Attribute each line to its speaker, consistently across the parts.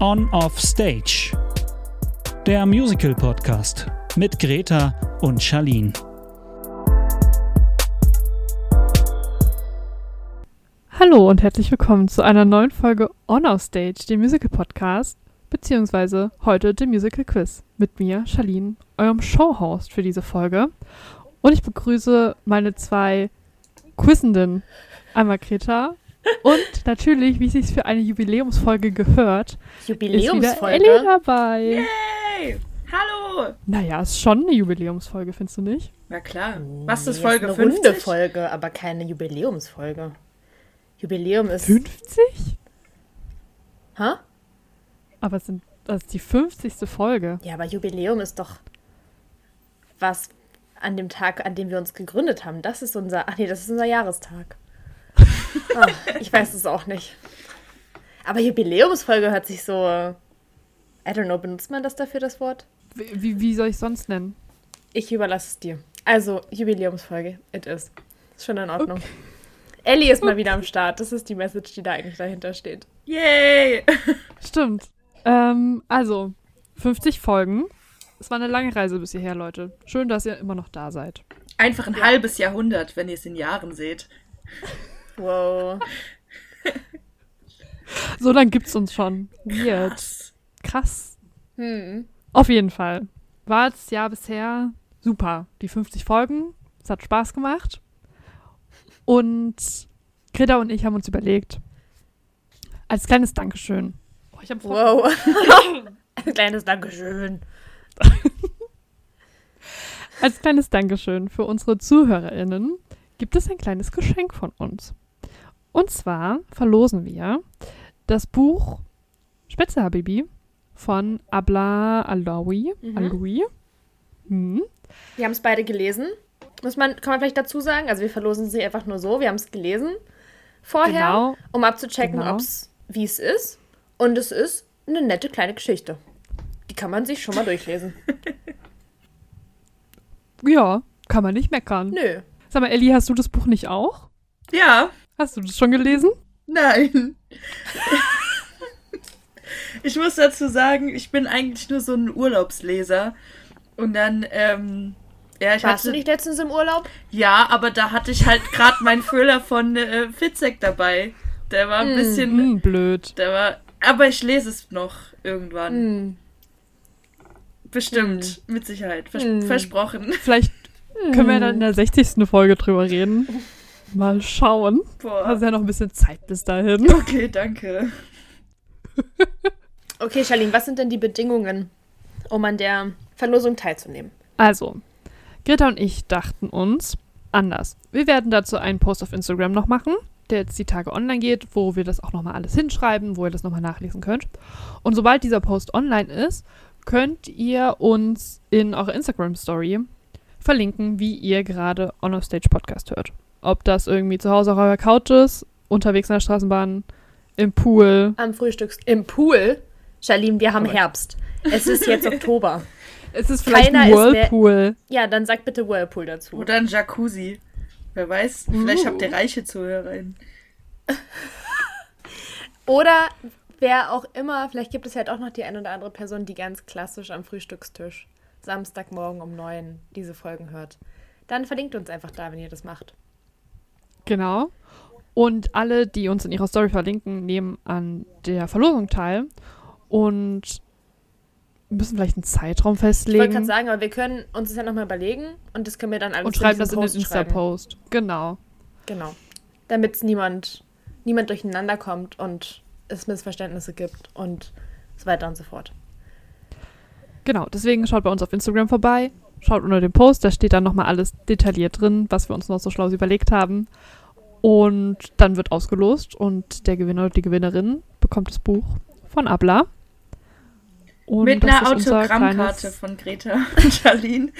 Speaker 1: On Off Stage. Der Musical Podcast mit Greta und Charlene.
Speaker 2: Hallo und herzlich willkommen zu einer neuen Folge On Off Stage, dem Musical Podcast, beziehungsweise heute dem Musical Quiz. Mit mir, Charlene, eurem Showhost für diese Folge. Und ich begrüße meine zwei Quizenden, einmal Greta und natürlich, wie es sich für eine Jubiläumsfolge gehört, ist wieder
Speaker 3: Jubiläumsfolge.
Speaker 2: Ellie dabei.
Speaker 4: Hey! Hallo!
Speaker 2: Naja, ist schon eine Jubiläumsfolge, findest du nicht?
Speaker 4: Na klar. Was ist
Speaker 3: Jetzt
Speaker 4: Folge
Speaker 3: eine runde
Speaker 4: 50?
Speaker 3: Folge, aber keine Jubiläumsfolge. Jubiläum ist.
Speaker 2: 50?
Speaker 3: Hä?
Speaker 2: Aber es sind, das ist die 50. Folge.
Speaker 3: Ja, aber Jubiläum ist doch was an dem Tag, an dem wir uns gegründet haben. Das ist unser. Ach nee, das ist unser Jahrestag. Ach, ich weiß es auch nicht. Aber Jubiläumsfolge hört sich so. I don't know, benutzt man das dafür, das Wort?
Speaker 2: Wie, wie, wie soll ich es sonst nennen?
Speaker 3: Ich überlasse es dir. Also, Jubiläumsfolge, it is. Ist schon in Ordnung. Ellie ist mal wieder am Start. Das ist die Message, die da eigentlich dahinter steht.
Speaker 4: Yay!
Speaker 2: Stimmt. Ähm, also, 50 Folgen. Es war eine lange Reise bis hierher, Leute. Schön, dass ihr immer noch da seid.
Speaker 4: Einfach ein halbes Jahrhundert, wenn ihr es in Jahren seht.
Speaker 3: Wow.
Speaker 2: So lange gibt's uns schon. Weird.
Speaker 4: Krass.
Speaker 2: Krass.
Speaker 3: Hm.
Speaker 2: Auf jeden Fall. War das Jahr bisher super. Die 50 Folgen. Es hat Spaß gemacht. Und Greta und ich haben uns überlegt. Als kleines Dankeschön. Oh, ich hab Frosch-
Speaker 3: Wow. Ein kleines Dankeschön.
Speaker 2: Als kleines Dankeschön für unsere ZuhörerInnen gibt es ein kleines Geschenk von uns. Und zwar verlosen wir das Buch Spätzle Habibi von Abla Alawi.
Speaker 3: Mhm.
Speaker 2: Alawi. Hm.
Speaker 3: Wir haben es beide gelesen. Muss man, kann man vielleicht dazu sagen? Also, wir verlosen sie einfach nur so. Wir haben es gelesen vorher,
Speaker 2: Genau.
Speaker 3: um abzuchecken,
Speaker 2: Genau.
Speaker 3: ob's, wie es ist. Und es ist eine nette kleine Geschichte. Die kann man sich schon mal durchlesen.
Speaker 2: Ja, kann man nicht meckern.
Speaker 3: Nö.
Speaker 2: Sag mal, Elli, hast du das Buch nicht auch?
Speaker 4: Ja,
Speaker 2: Hast du das schon gelesen?
Speaker 4: nein. ich muss dazu sagen, ich bin eigentlich nur so ein Urlaubsleser. Und dann, ähm, ja, ich
Speaker 3: Warst
Speaker 4: hatte.
Speaker 3: du nicht letztens im Urlaub?
Speaker 4: Ja, aber da hatte ich halt gerade meinen Thriller von äh, Fitzek dabei. Der war ein bisschen.
Speaker 2: Hm, blöd.
Speaker 4: Der war. Aber ich lese es noch irgendwann.
Speaker 3: Hm.
Speaker 4: Bestimmt,
Speaker 2: Hm.
Speaker 4: mit Sicherheit. Vers Versprochen.
Speaker 2: Vielleicht können wir dann in der 60. Folge drüber reden. Mal schauen. Da
Speaker 4: Boah.
Speaker 2: ist ja noch ein bisschen Zeit bis dahin.
Speaker 4: Okay, danke.
Speaker 3: Okay, Charlene, was sind denn die Bedingungen, um an der Verlosung teilzunehmen?
Speaker 2: Also, Greta und ich dachten uns anders. Wir werden dazu einen Post auf Instagram noch machen, der jetzt die Tage online geht, wo wir das auch nochmal alles hinschreiben, wo ihr das nochmal nachlesen könnt. Und sobald dieser Post online ist, könnt ihr uns in eurer Instagram-Story verlinken, wie ihr gerade On Off Stage Podcast hört. Ob das irgendwie zu Hause auf eurer Couch ist, unterwegs in der Straßenbahn, im Pool.
Speaker 3: Am Frühstücks... Im Pool? Charlene, wir haben
Speaker 2: Aber-
Speaker 3: Herbst. Es ist jetzt Oktober.
Speaker 2: Es ist vielleicht
Speaker 3: Keiner
Speaker 2: ein
Speaker 3: ist der-
Speaker 2: Whirlpool.
Speaker 3: Ja, dann sag bitte Whirlpool dazu.
Speaker 4: Oder ein Jacuzzi. Wer weiß, vielleicht habt
Speaker 2: Uh.
Speaker 4: ihr reiche Zuhörerin.
Speaker 3: Oder wer auch immer, vielleicht gibt es halt auch noch die eine oder andere Person, die ganz klassisch am Frühstückstisch Samstagmorgen um neun diese Folgen hört. Dann verlinkt uns einfach da, wenn ihr das macht.
Speaker 2: Genau. Und alle, die uns in ihrer Story verlinken, nehmen an der Verlosung teil und müssen vielleicht einen Zeitraum
Speaker 3: Ich wollte
Speaker 2: festlegen
Speaker 3: gerade sagen, aber wir können uns das ja nochmal überlegen und das können wir dann alles
Speaker 2: und schreiben das
Speaker 3: diesen
Speaker 2: in den
Speaker 3: Post schreiben.
Speaker 2: Insta-Post. Genau.
Speaker 3: Genau. Damit es niemand, niemand durcheinander kommt und es Missverständnisse gibt und so weiter und so fort.
Speaker 2: Genau. Deswegen schaut bei uns auf Instagram vorbei, schaut unter dem Post, da steht dann nochmal alles detailliert drin, was wir uns noch so schlau überlegt haben. Und dann wird ausgelost und der Gewinner oder die Gewinnerin bekommt das Buch von Abla. Und
Speaker 4: Mit
Speaker 2: Oh, das
Speaker 4: einer
Speaker 2: ist unser
Speaker 4: Autogrammkarte
Speaker 2: kleines-
Speaker 4: von Greta und Charlene.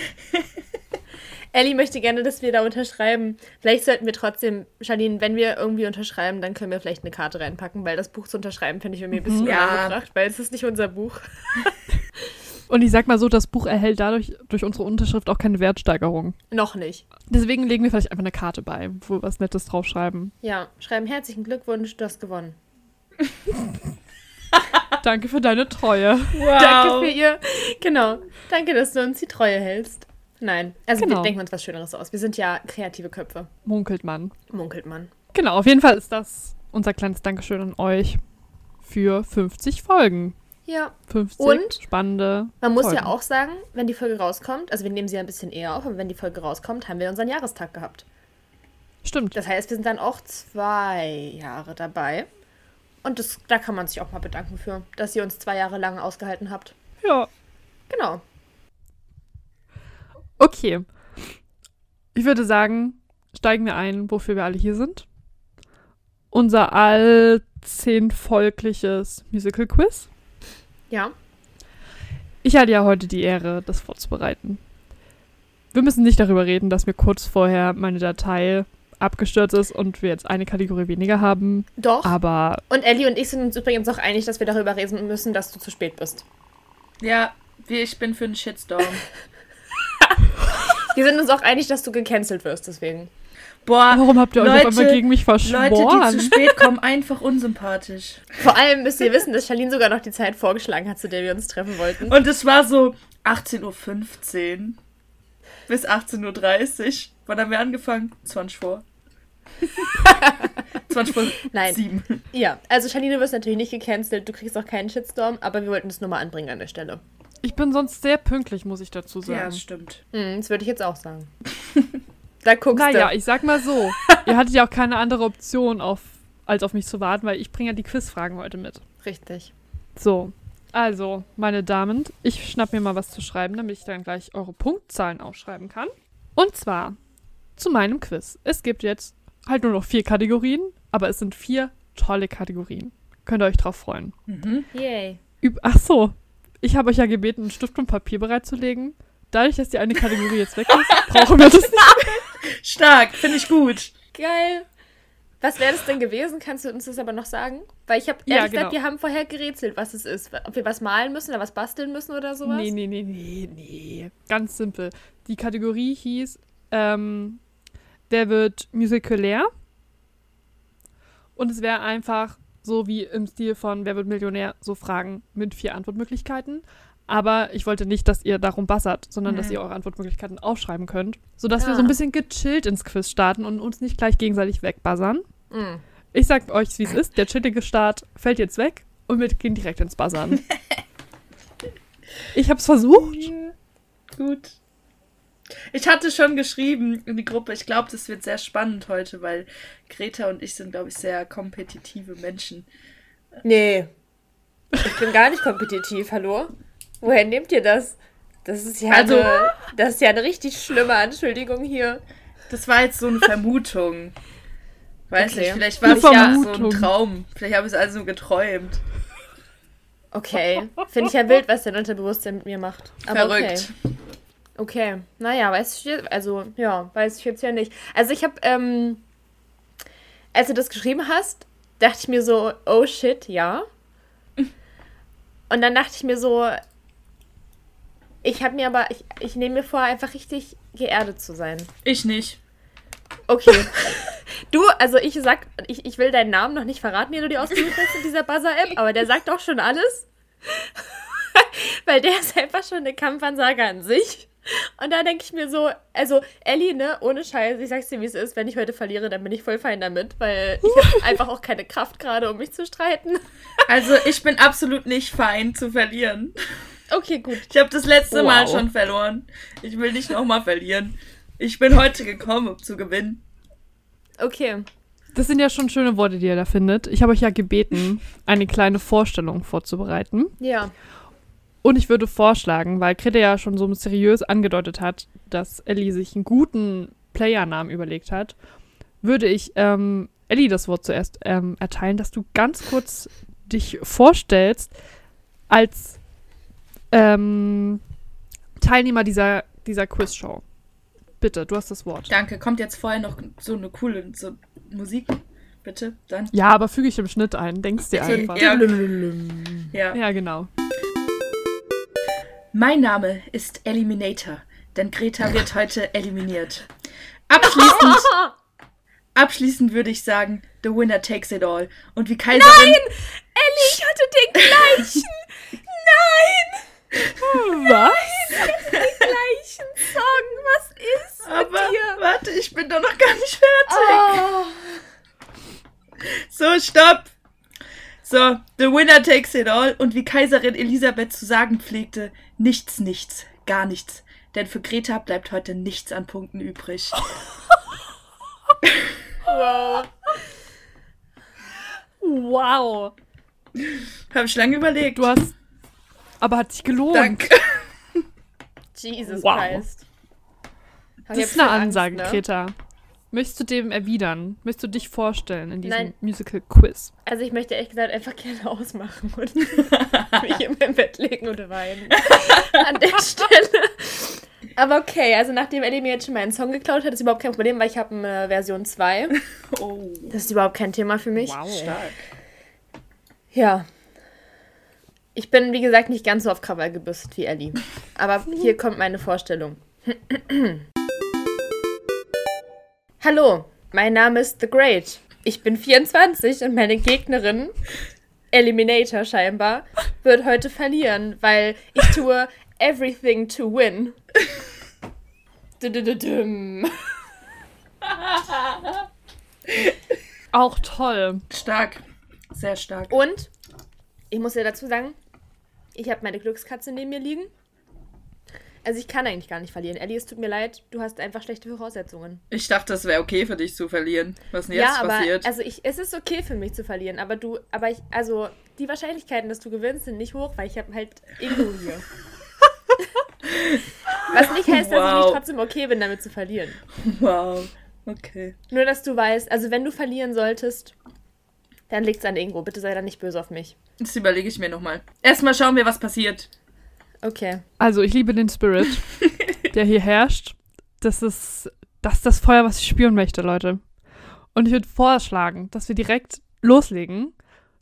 Speaker 3: Ellie möchte gerne, dass wir da unterschreiben. Vielleicht sollten wir trotzdem, Charlene, wenn wir irgendwie unterschreiben, dann können wir vielleicht eine Karte reinpacken, weil das Buch zu unterschreiben finde ich irgendwie ein bisschen
Speaker 4: Ja.
Speaker 3: unangebracht, weil es ist nicht unser Buch.
Speaker 2: Und ich sag mal so, das Buch erhält dadurch durch unsere Unterschrift auch keine Wertsteigerung.
Speaker 3: Noch nicht.
Speaker 2: Deswegen legen wir vielleicht einfach eine Karte bei, wo wir was Nettes draufschreiben.
Speaker 3: Ja, schreiben herzlichen Glückwunsch, du hast gewonnen.
Speaker 2: Danke für deine Treue.
Speaker 4: Wow.
Speaker 3: Danke für ihr. Genau. Danke, dass du uns die Treue hältst. Nein. Also
Speaker 2: Genau.
Speaker 3: wir denken uns was Schöneres aus. Wir sind ja kreative Köpfe.
Speaker 2: Munkelt man.
Speaker 3: Munkelt man.
Speaker 2: Genau, auf jeden Fall ist das unser kleines Dankeschön an euch für 50 Folgen.
Speaker 3: Ja.
Speaker 2: 50
Speaker 3: Und?
Speaker 2: spannende.
Speaker 3: Man muss
Speaker 2: Folgen.
Speaker 3: ja auch sagen, wenn die Folge rauskommt, also wir nehmen sie ja ein bisschen eher auf, aber wenn die Folge rauskommt, haben wir unseren Jahrestag gehabt.
Speaker 2: Stimmt.
Speaker 3: Das heißt, wir sind dann auch zwei Jahre dabei. Und das, da kann man sich auch mal bedanken für, dass ihr uns zwei Jahre lang ausgehalten habt.
Speaker 2: Ja.
Speaker 3: Genau.
Speaker 2: Okay. Ich würde sagen, steigen wir ein, wofür wir alle hier sind. Unser allzehnfolgliches Musical Quiz.
Speaker 3: Ja.
Speaker 2: Ich hatte ja heute die Ehre, das vorzubereiten. Wir müssen nicht darüber reden, dass mir kurz vorher meine Datei abgestürzt ist und wir jetzt eine Kategorie weniger haben.
Speaker 3: Doch.
Speaker 2: Aber
Speaker 3: Und Ellie und ich sind uns übrigens auch einig, dass wir darüber reden müssen, dass du zu spät bist.
Speaker 4: Ja, wie ich bin für einen Shitstorm.
Speaker 3: Wir sind uns auch einig, dass du gecancelt wirst, deswegen.
Speaker 4: Boah,
Speaker 2: Warum habt ihr euch
Speaker 4: Ah, Leute,
Speaker 2: auf einmal gegen mich
Speaker 4: Leute, die zu
Speaker 2: verschworen?
Speaker 4: spät kommen, einfach unsympathisch.
Speaker 3: Vor allem müsst ihr wissen, dass Charlene sogar noch die Zeit vorgeschlagen hat, zu der wir uns treffen wollten.
Speaker 4: Und es war so 18.15 Uhr bis 18.30 Uhr. Wann haben wir angefangen? 20 vor. 20 vor
Speaker 3: Nein.
Speaker 4: 7.
Speaker 3: Ja, also Charlene, du wirst natürlich nicht gecancelt, du kriegst auch keinen Shitstorm, aber wir wollten es nur mal anbringen an der Stelle.
Speaker 2: Ich bin sonst sehr pünktlich, muss ich dazu
Speaker 4: Ja,
Speaker 2: sagen.
Speaker 4: stimmt.
Speaker 3: Hm, das würde ich jetzt auch sagen. Da guckst
Speaker 2: naja,
Speaker 3: du.
Speaker 2: ich sag mal so, ihr hattet ja auch keine andere Option, auf, als auf mich zu warten, weil ich bringe ja die Quizfragen heute mit.
Speaker 3: Richtig.
Speaker 2: So, also, meine Damen, ich schnapp mir mal was zu schreiben, damit ich dann gleich eure Punktzahlen aufschreiben kann. Und zwar zu meinem Quiz. Es gibt jetzt halt nur noch vier Kategorien, aber es sind vier tolle Kategorien. Könnt ihr euch drauf freuen.
Speaker 3: Yay.
Speaker 2: Üb Ach so, ich habe euch ja gebeten, Stift und Papier bereitzulegen. Dadurch, dass die eine Kategorie jetzt weg ist, brauchen wir das nicht.
Speaker 4: Stark, finde ich gut.
Speaker 3: Geil. Was wäre das denn gewesen? Kannst du uns das aber noch sagen? Weil ich habe
Speaker 2: Ja,
Speaker 3: ehrlich gesagt,
Speaker 2: genau.
Speaker 3: wir haben vorher gerätselt, was es ist. Ob wir was malen müssen oder was basteln müssen oder sowas.
Speaker 2: Nee, nee, nee, nee, nee. Ganz simpel. Die Kategorie hieß, ähm, wer wird musicalär? Und es wäre einfach so wie im Stil von Wer wird Millionär, so Fragen mit vier Antwortmöglichkeiten. Aber ich wollte nicht, dass ihr darum bassert, sondern dass
Speaker 4: Mhm.
Speaker 2: ihr eure Antwortmöglichkeiten aufschreiben könnt, sodass wir so
Speaker 3: Ah.
Speaker 2: ein bisschen gechillt ins Quiz starten und uns nicht gleich gegenseitig wegbuzzern.
Speaker 3: Mm.
Speaker 2: Ich sag euch, wie es ist. Der chillige Start fällt jetzt weg und wir gehen direkt ins Buzzern. ich hab's versucht.
Speaker 4: Gut. Ich hatte schon geschrieben in die Gruppe, ich glaube, das wird sehr spannend heute, weil Greta und ich sind, glaube ich, sehr kompetitive Menschen.
Speaker 3: Nee. Ich bin gar nicht kompetitiv, hallo? Woher nehmt ihr das? Das ist ja,
Speaker 4: Also-
Speaker 3: eine, das ist ja eine richtig schlimme Anschuldigung hier.
Speaker 4: Das war jetzt so eine Vermutung. Weiß
Speaker 3: Okay.
Speaker 4: nicht, vielleicht war
Speaker 2: Eine
Speaker 4: es ja so ein
Speaker 2: Vermutung.
Speaker 4: Traum. Vielleicht habe ich es also nur geträumt.
Speaker 3: Okay. Finde ich ja wild, was dein Unterbewusstsein mit mir macht. Aber
Speaker 4: Verrückt.
Speaker 3: Okay. okay. Naja, weiß ich jetzt, also, ja, weiß ich jetzt ja nicht. Also ich habe, ähm, als du das geschrieben hast, dachte ich mir so, oh shit, ja. Und dann dachte ich mir so, ich habe mir aber, ich, ich nehme mir vor, einfach richtig geerdet zu sein.
Speaker 4: Ich nicht.
Speaker 3: Okay. Du, also ich sag, ich, ich will deinen Namen noch nicht verraten, den du dir ausgesucht hast in dieser Buzzer-App, aber der sagt auch schon alles. Weil der ist einfach schon eine Kampfansage an sich. Und da denke ich mir so, also Ellie, ne, ohne Scheiß, ich sag's dir, wie es ist, wenn ich heute verliere, dann bin ich voll fein damit, weil ich hab einfach auch keine Kraft gerade, um mich zu streiten.
Speaker 4: Also ich bin absolut nicht fein zu verlieren.
Speaker 3: Okay, gut.
Speaker 4: Ich habe das letzte
Speaker 2: Wow.
Speaker 4: Mal schon verloren. Ich will nicht nochmal verlieren. Ich bin heute gekommen, um zu gewinnen.
Speaker 3: Okay.
Speaker 2: Das sind ja schon schöne Worte, die ihr da findet. Ich habe euch ja gebeten, eine kleine Vorstellung vorzubereiten.
Speaker 3: Ja.
Speaker 2: Und ich würde vorschlagen, weil Kritte ja schon so mysteriös angedeutet hat, dass Ellie sich einen guten Playernamen überlegt hat, würde ich ähm, Ellie das Wort zuerst ähm, erteilen, dass du ganz kurz dich vorstellst als ähm, Teilnehmer dieser, dieser Quizshow. Bitte, du hast das Wort.
Speaker 4: Danke. Kommt jetzt vorher noch so eine coole so Musik? Bitte? Dann?
Speaker 2: Ja, aber füge ich im Schnitt ein. Denkst dir einfach.
Speaker 4: Ja. ja.
Speaker 2: Ja, genau.
Speaker 4: Mein Name ist Eliminator, denn Greta wird heute eliminiert. Abschließend, abschließend würde ich sagen, the winner takes it all. Und wie Kaiserin,
Speaker 3: Ellie Ellie, ich hatte den gleichen. Nein!
Speaker 2: Was?
Speaker 3: Gleichen Song. Was ist
Speaker 4: Aber
Speaker 3: mit dir?
Speaker 4: warte, ich bin doch noch gar nicht fertig.
Speaker 2: Ah.
Speaker 3: Oh.
Speaker 4: So, stopp. So, the winner takes it all. Und wie Kaiserin Elisabeth zu sagen pflegte, nichts, nichts, gar nichts. Denn für Greta bleibt heute nichts an Punkten übrig.
Speaker 3: Wow.
Speaker 2: Wow.
Speaker 4: Habe ich lange überlegt.
Speaker 2: Du hast. Aber hat sich gelohnt.
Speaker 4: Dank.
Speaker 3: Jesus
Speaker 2: Wow.
Speaker 3: Christ.
Speaker 2: Das ist eine Ansage,
Speaker 3: ne?
Speaker 2: Greta. Möchtest du dem erwidern? Möchtest du dich vorstellen in diesem
Speaker 3: Nein.
Speaker 2: Musical-Quiz?
Speaker 3: Also ich möchte ehrlich gesagt einfach gerne ausmachen und mich in mein Bett legen und weinen. An der Stelle. Aber okay, also nachdem Ellie mir jetzt schon meinen Song geklaut hat, ist überhaupt kein Problem, weil ich habe eine Version 2.
Speaker 4: Oh,
Speaker 3: Das ist überhaupt kein Thema für mich.
Speaker 2: Wow.
Speaker 4: stark.
Speaker 3: Ja. Ich bin, wie gesagt, nicht ganz so auf Krawall gebürstet wie Ellie. Aber hier kommt meine Vorstellung. Hallo, mein Name ist The Great. Ich bin 24 und meine Gegnerin, Eliminator scheinbar, wird heute verlieren, weil ich tue everything to win. Dü-dü-dü-düm.
Speaker 2: Auch toll.
Speaker 4: Stark. Sehr
Speaker 2: Oh.
Speaker 4: stark.
Speaker 3: Und ich muss ja dazu sagen, ich habe meine Glückskatze neben mir liegen. Also ich kann eigentlich gar nicht verlieren. Ellie, es tut mir leid, du hast einfach schlechte Voraussetzungen.
Speaker 4: Ich dachte, das wäre okay für dich zu verlieren. Was denn jetzt
Speaker 3: ja, aber
Speaker 4: passiert?
Speaker 3: also ich, es ist okay für mich zu verlieren, aber du, aber ich, also die Wahrscheinlichkeiten, dass du gewinnst, sind nicht hoch, weil ich habe halt Ingo hier. Was nicht heißt, dass ich
Speaker 4: Wow.
Speaker 3: nicht trotzdem okay bin, damit zu verlieren.
Speaker 4: wow. Okay.
Speaker 3: Nur, dass du weißt, also wenn du verlieren solltest, dann liegt's an Ingo. Bitte sei dann nicht böse auf mich.
Speaker 4: Das überlege ich mir nochmal. Erstmal schauen wir, was passiert.
Speaker 3: Okay.
Speaker 2: Also, ich liebe den Spirit, der hier herrscht. Das ist das, ist das Feuer, was ich spüren möchte, Leute. Und ich würde vorschlagen, dass wir direkt loslegen.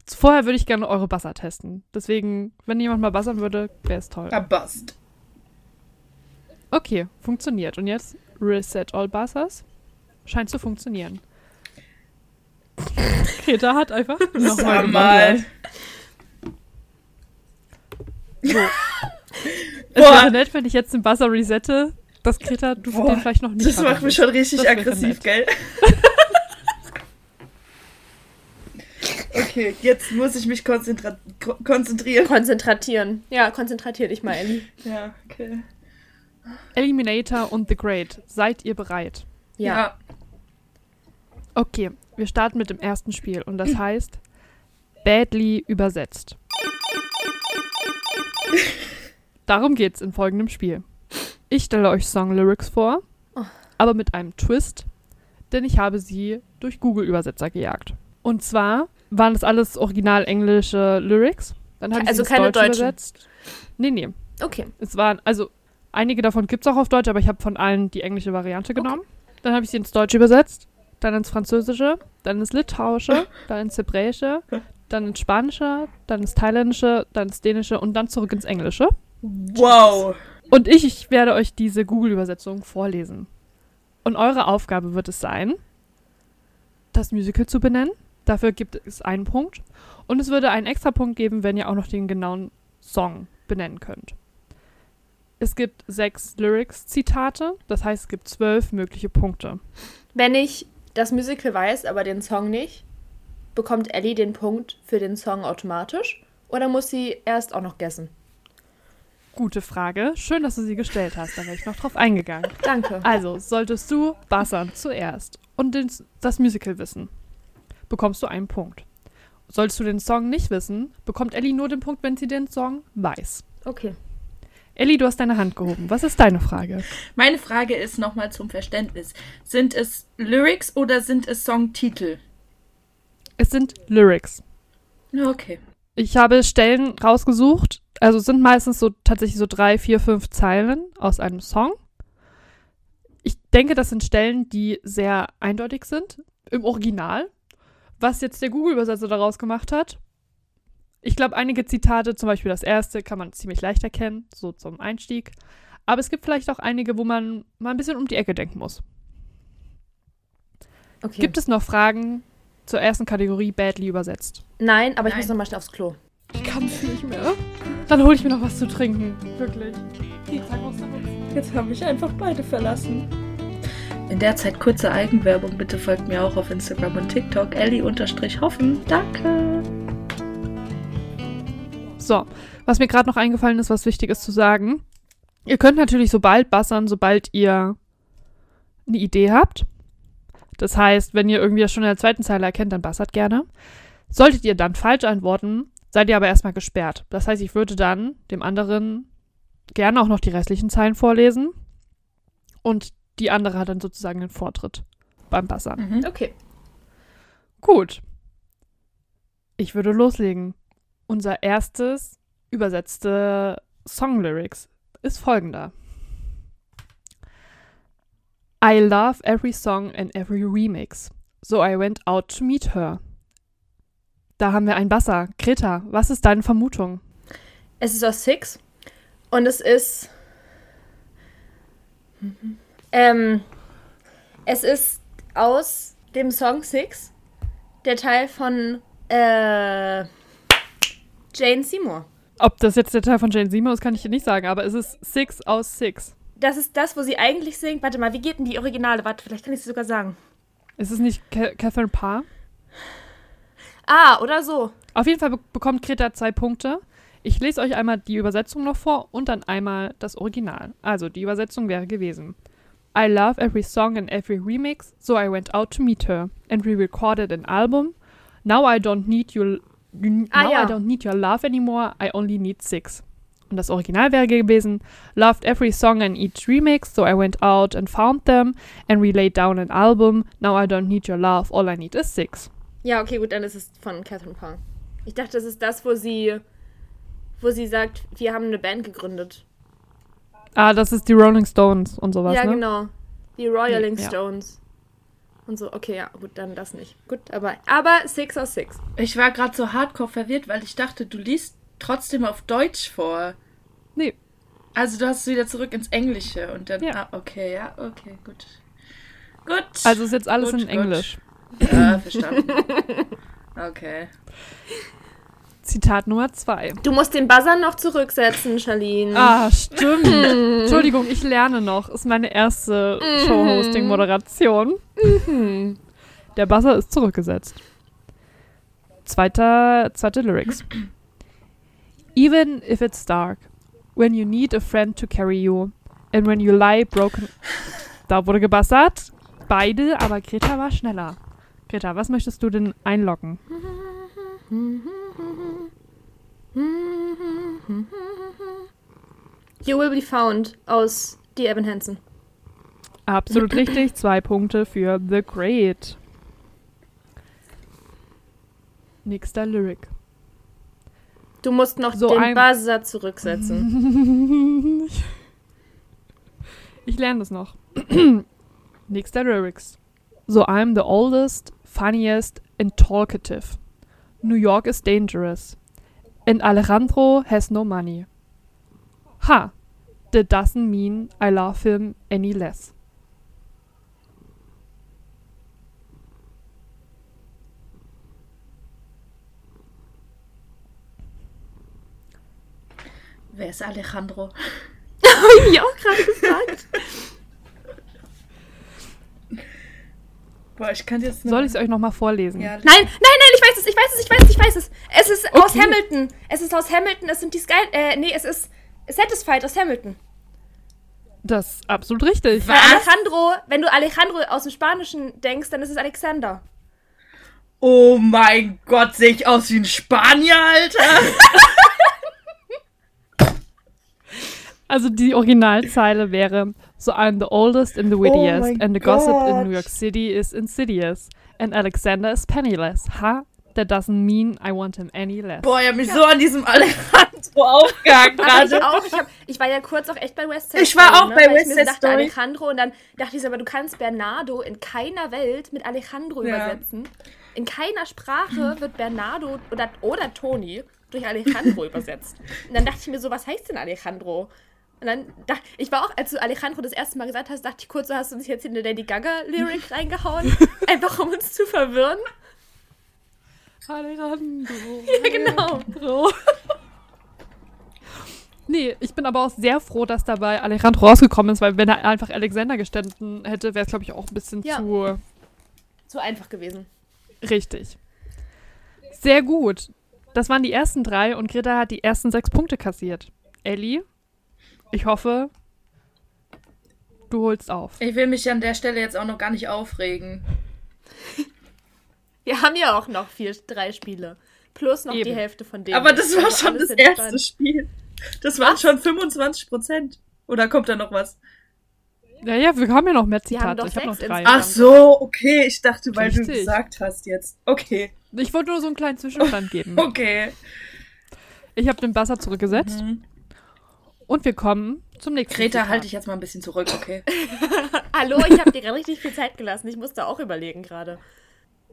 Speaker 2: Vorher würde ich gerne eure Buzzer testen. Deswegen, wenn jemand mal buzzern würde, wäre es toll.
Speaker 4: Abast.
Speaker 2: Okay, funktioniert. Und jetzt Reset All Buzzers. Scheint zu funktionieren. Greta hat einfach nochmal
Speaker 4: Mal.
Speaker 2: Es
Speaker 4: Boah.
Speaker 2: wäre nett, wenn ich jetzt den Buzzer resette, dass Greta du
Speaker 4: Boah,
Speaker 2: den vielleicht noch nicht
Speaker 4: Das macht mich
Speaker 2: verwendest.
Speaker 4: schon richtig
Speaker 2: Das wäre nett.
Speaker 4: aggressiv, gell? okay, jetzt muss ich mich konzentra ko- konzentrieren.
Speaker 3: Konzentratieren. Ja, konzentratier dich mal, Ellie.
Speaker 4: Ja, okay.
Speaker 2: Eliminator und The Great. Seid ihr bereit?
Speaker 3: Ja.
Speaker 2: Okay, wir starten mit dem ersten Spiel und das heißt Badly übersetzt. Darum geht's in folgendem Spiel. Ich stelle euch Songlyrics vor, aber mit einem Twist, denn ich habe sie durch Google-Übersetzer gejagt. Und zwar waren das alles original englische Lyrics. Dann habe ich
Speaker 3: Also
Speaker 2: sie ins
Speaker 3: keine
Speaker 2: Deutsche
Speaker 3: deutschen.
Speaker 2: übersetzt. Nee, nee.
Speaker 3: Okay.
Speaker 2: Es waren, also einige davon gibt es auch auf Deutsch, aber ich habe von allen die englische Variante genommen. Dann habe ich sie ins Deutsche übersetzt, dann ins Französische, dann ins Litauische, dann ins Hebräische, dann ins Spanische, dann ins Thailändische, dann ins Dänische und dann zurück ins Englische.
Speaker 4: Wow.
Speaker 2: Und ich, ich werde euch diese Google-Übersetzung vorlesen. Und eure Aufgabe wird es sein, das Musical zu benennen. Dafür gibt es einen Punkt. Und es würde einen extra Punkt geben, wenn ihr auch noch den genauen Song benennen könnt. Es gibt sechs Lyrics-Zitate, das heißt, es gibt zwölf mögliche Punkte.
Speaker 3: Wenn ich das Musical weiß, aber den Song nicht, bekommt Ellie den Punkt für den Song automatisch oder muss sie erst auch noch guessen?
Speaker 2: Gute Frage. Schön, dass du sie gestellt hast. Da wäre ich noch drauf eingegangen.
Speaker 3: Danke.
Speaker 2: Also, solltest du buzzern zuerst und den, das Musical wissen, bekommst du einen Punkt. Solltest du den Song nicht wissen, bekommt Ellie nur den Punkt, wenn sie den Song weiß.
Speaker 3: Okay.
Speaker 2: Ellie, du hast deine Hand gehoben. Was ist deine Frage?
Speaker 4: Meine Frage ist nochmal zum Verständnis. Sind es Lyrics oder sind es Songtitel?
Speaker 2: Es sind Lyrics.
Speaker 4: Okay.
Speaker 2: Ich habe Stellen rausgesucht, also es sind meistens so tatsächlich so drei, vier, fünf Zeilen aus einem Song. Ich denke, das sind Stellen, die sehr eindeutig sind im Original. Was jetzt der Google-Übersetzer daraus gemacht hat, ich glaube, einige Zitate, zum Beispiel das erste, kann man ziemlich leicht erkennen, so zum Einstieg. Aber es gibt vielleicht auch einige, wo man mal ein bisschen um die Ecke denken muss.
Speaker 3: okay.
Speaker 2: Gibt es noch Fragen zur ersten Kategorie Badly übersetzt.
Speaker 3: Nein, aber ich
Speaker 4: Nein.
Speaker 3: muss nochmal schnell aufs Klo.
Speaker 2: Ich kann's nicht mehr. Dann hole ich mir noch was zu trinken. Wirklich. Die Zeit muss damit.
Speaker 4: Jetzt haben mich einfach beide verlassen. In der Zeit kurze Eigenwerbung. Bitte folgt mir auch auf Instagram und TikTok. Ellie-Hoffen. Danke.
Speaker 2: So, was mir gerade noch eingefallen ist, was wichtig ist zu sagen. Ihr könnt natürlich sobald bassern, sobald ihr eine Idee habt. Das heißt, wenn ihr irgendwie das schon in der zweiten Zeile erkennt, dann bassert gerne. Solltet ihr dann falsch antworten, seid ihr aber erstmal gesperrt. Das heißt, ich würde dann dem anderen gerne auch noch die restlichen Zeilen vorlesen. Und die andere hat dann sozusagen den Vortritt beim Bassern.
Speaker 4: Mhm.
Speaker 3: Okay.
Speaker 2: Gut. Ich würde loslegen. Unser erstes übersetzte Songlyrics ist folgender. I love every song and every remix. So I went out to meet her. Da haben wir ein Basser. Greta, was ist deine Vermutung?
Speaker 3: Es ist aus Six und es ist. Ähm, es ist aus dem Song Six der Teil von äh, Jane Seymour.
Speaker 2: Ob das jetzt der Teil von Jane Seymour ist, kann ich dir nicht sagen, aber es ist Six aus Six.
Speaker 3: Das ist das, wo sie eigentlich singt. Warte mal, wie geht denn die Originale? Warte, vielleicht kann ich sie sogar sagen.
Speaker 2: Ist es nicht Ca- Catherine Parr?
Speaker 3: Ah, oder so.
Speaker 2: Auf jeden Fall be bekommt Greta zwei Punkte. Ich lese euch einmal die Übersetzung noch vor und dann einmal das Original. Also die Übersetzung wäre gewesen. I love every song and every remix, so I went out to meet her and we recorded an album. Now I don't need your you,
Speaker 3: Ah,
Speaker 2: now
Speaker 3: ja.
Speaker 2: I don't need your love anymore, I only need six. Und das Original wäre gewesen, loved every song and each remix, so I went out and found them and we laid down an album. Now I don't need your love, all I need is six.
Speaker 3: Ja, okay, gut, dann ist es von Catherine Parr. Ich dachte, das ist das, wo sie, wo sie sagt, wir haben eine Band gegründet.
Speaker 2: Ah, das ist die Rolling Stones und sowas,
Speaker 3: ja,
Speaker 2: ne?
Speaker 3: genau. Die Royaling
Speaker 2: Ja.
Speaker 3: Stones. Und so, okay, ja, gut, dann das nicht. Gut, aber, aber Six aus Six.
Speaker 4: Ich war gerade so hardcore verwirrt, weil ich dachte, du liest trotzdem auf Deutsch vor.
Speaker 2: Nee.
Speaker 4: Also du hast es wieder zurück ins Englische und dann.
Speaker 2: Ja.
Speaker 4: Ah, okay, ja, okay, gut. Gut.
Speaker 2: Also ist jetzt alles
Speaker 4: Gut,
Speaker 2: in
Speaker 4: gut.
Speaker 2: Englisch.
Speaker 4: ja, verstanden. Okay.
Speaker 2: Zitat Nummer zwei.
Speaker 3: Du musst den Buzzer noch zurücksetzen,
Speaker 4: Hm.
Speaker 3: Charlene.
Speaker 2: Ah, stimmt. Entschuldigung, ich lerne noch. Ist meine erste
Speaker 4: Hm.
Speaker 2: Showhosting-Moderation.
Speaker 4: Mhm.
Speaker 2: Der Buzzer ist zurückgesetzt. Zweiter, zweite Lyrics. Even if it's dark, when you need a friend to carry you, and when you lie broken. Da wurde gebassert. Beide, aber Greta war schneller. Greta, was möchtest du denn einloggen?
Speaker 3: You will be found aus Die Evan Hansen.
Speaker 2: Absolut richtig. Zwei Punkte für The Great. Nächster Lyric.
Speaker 3: Du musst noch
Speaker 2: So
Speaker 3: den
Speaker 2: ein-
Speaker 3: Buzzer zurücksetzen.
Speaker 2: Ich lerne das noch. Nächster Lyrics. So I'm the oldest, funniest and talkative. New York is dangerous. And Alejandro has no money. Ha! That doesn't mean I love him any less.
Speaker 4: Wer ist Alejandro?
Speaker 3: Hab ich auch gerade gesagt.
Speaker 4: Boah, ich kann jetzt nur-
Speaker 2: Soll ich es euch nochmal vorlesen?
Speaker 4: Ja,
Speaker 3: Nein, nein, nein, ich weiß es, ich weiß es, ich weiß es, ich weiß es. Es ist aus
Speaker 2: Okay.
Speaker 3: Hamilton. Es ist aus Hamilton. Es sind die Sky. Äh, nee, es ist Satisfied aus Hamilton.
Speaker 2: Das ist absolut richtig.
Speaker 3: Weil Alejandro, wenn du Alejandro aus dem Spanischen denkst, dann ist es Alexander.
Speaker 4: Oh mein Gott, sehe ich aus wie ein Spanier, Alter.
Speaker 2: Also die Originalzeile wäre So I'm the oldest and the wittiest
Speaker 4: mein
Speaker 2: and the gossip
Speaker 4: Gott.
Speaker 2: in New York City is insidious and Alexander is penniless. Ha, that doesn't mean I want him any less.
Speaker 4: Boah, ich habe mich so an diesem Alejandro aufgehangen
Speaker 3: Aber ich
Speaker 4: gerade.
Speaker 3: auch, ich, hab, ich war ja kurz auch echt bei West Side ne?
Speaker 4: Ich war auch bei
Speaker 3: Weil
Speaker 4: West
Speaker 3: ich mir
Speaker 4: Side
Speaker 3: dachte
Speaker 4: Story.
Speaker 3: Alejandro und dann dachte ich so, aber du kannst Bernardo in keiner Welt mit Alejandro
Speaker 4: Ja.
Speaker 3: übersetzen. In keiner Sprache wird Bernardo oder, oder Toni durch Alejandro übersetzt. Und dann dachte ich mir so, was heißt denn Alejandro? Und dann dachte ich war auch, als du Alejandro das erste Mal gesagt hast, dachte ich kurz, so hast du uns jetzt in eine Lady Gaga-Lyric reingehauen, einfach um uns zu verwirren.
Speaker 2: Alejandro.
Speaker 3: Ja, genau.
Speaker 2: Alejandro. Nee, ich bin aber auch sehr froh, dass dabei Alejandro rausgekommen ist, weil wenn er einfach Alexander gestanden hätte, wäre es, glaube ich, auch ein bisschen
Speaker 3: Ja.
Speaker 2: zu
Speaker 3: Zu einfach gewesen.
Speaker 2: richtig. Sehr gut. Das waren die ersten drei und Greta hat die ersten sechs Punkte kassiert. Ellie, ich hoffe, du holst auf.
Speaker 4: Ich will mich an der Stelle jetzt auch noch gar nicht aufregen.
Speaker 3: Wir haben ja auch noch vier, drei Spiele. Plus noch die
Speaker 2: Eben.
Speaker 3: Hälfte von denen.
Speaker 4: Aber das war
Speaker 3: Also
Speaker 4: schon
Speaker 3: alles
Speaker 4: das
Speaker 3: entspannt.
Speaker 4: erste Spiel. Das waren schon 25 Prozent. Oder kommt da noch was?
Speaker 2: Ja, ja, wir haben ja noch mehr Zitate.
Speaker 3: doch
Speaker 2: Ich habe noch
Speaker 3: sechs
Speaker 2: drei.
Speaker 3: insgesamt.
Speaker 4: Ach so, okay. Ich dachte, weil du
Speaker 2: Richtig.
Speaker 4: gesagt hast jetzt. Okay,
Speaker 2: Ich wollte nur so einen kleinen Zwischenstand
Speaker 4: Hm.
Speaker 2: geben.
Speaker 4: okay.
Speaker 2: Ich habe den Buzzer zurückgesetzt
Speaker 4: Mhm.
Speaker 2: und wir kommen zum nächsten.
Speaker 4: Greta, halt
Speaker 2: Zitat.
Speaker 4: halte ich jetzt mal ein bisschen zurück, okay?
Speaker 3: Hallo, ich habe dir gerade richtig viel Zeit gelassen. Ich musste auch überlegen gerade.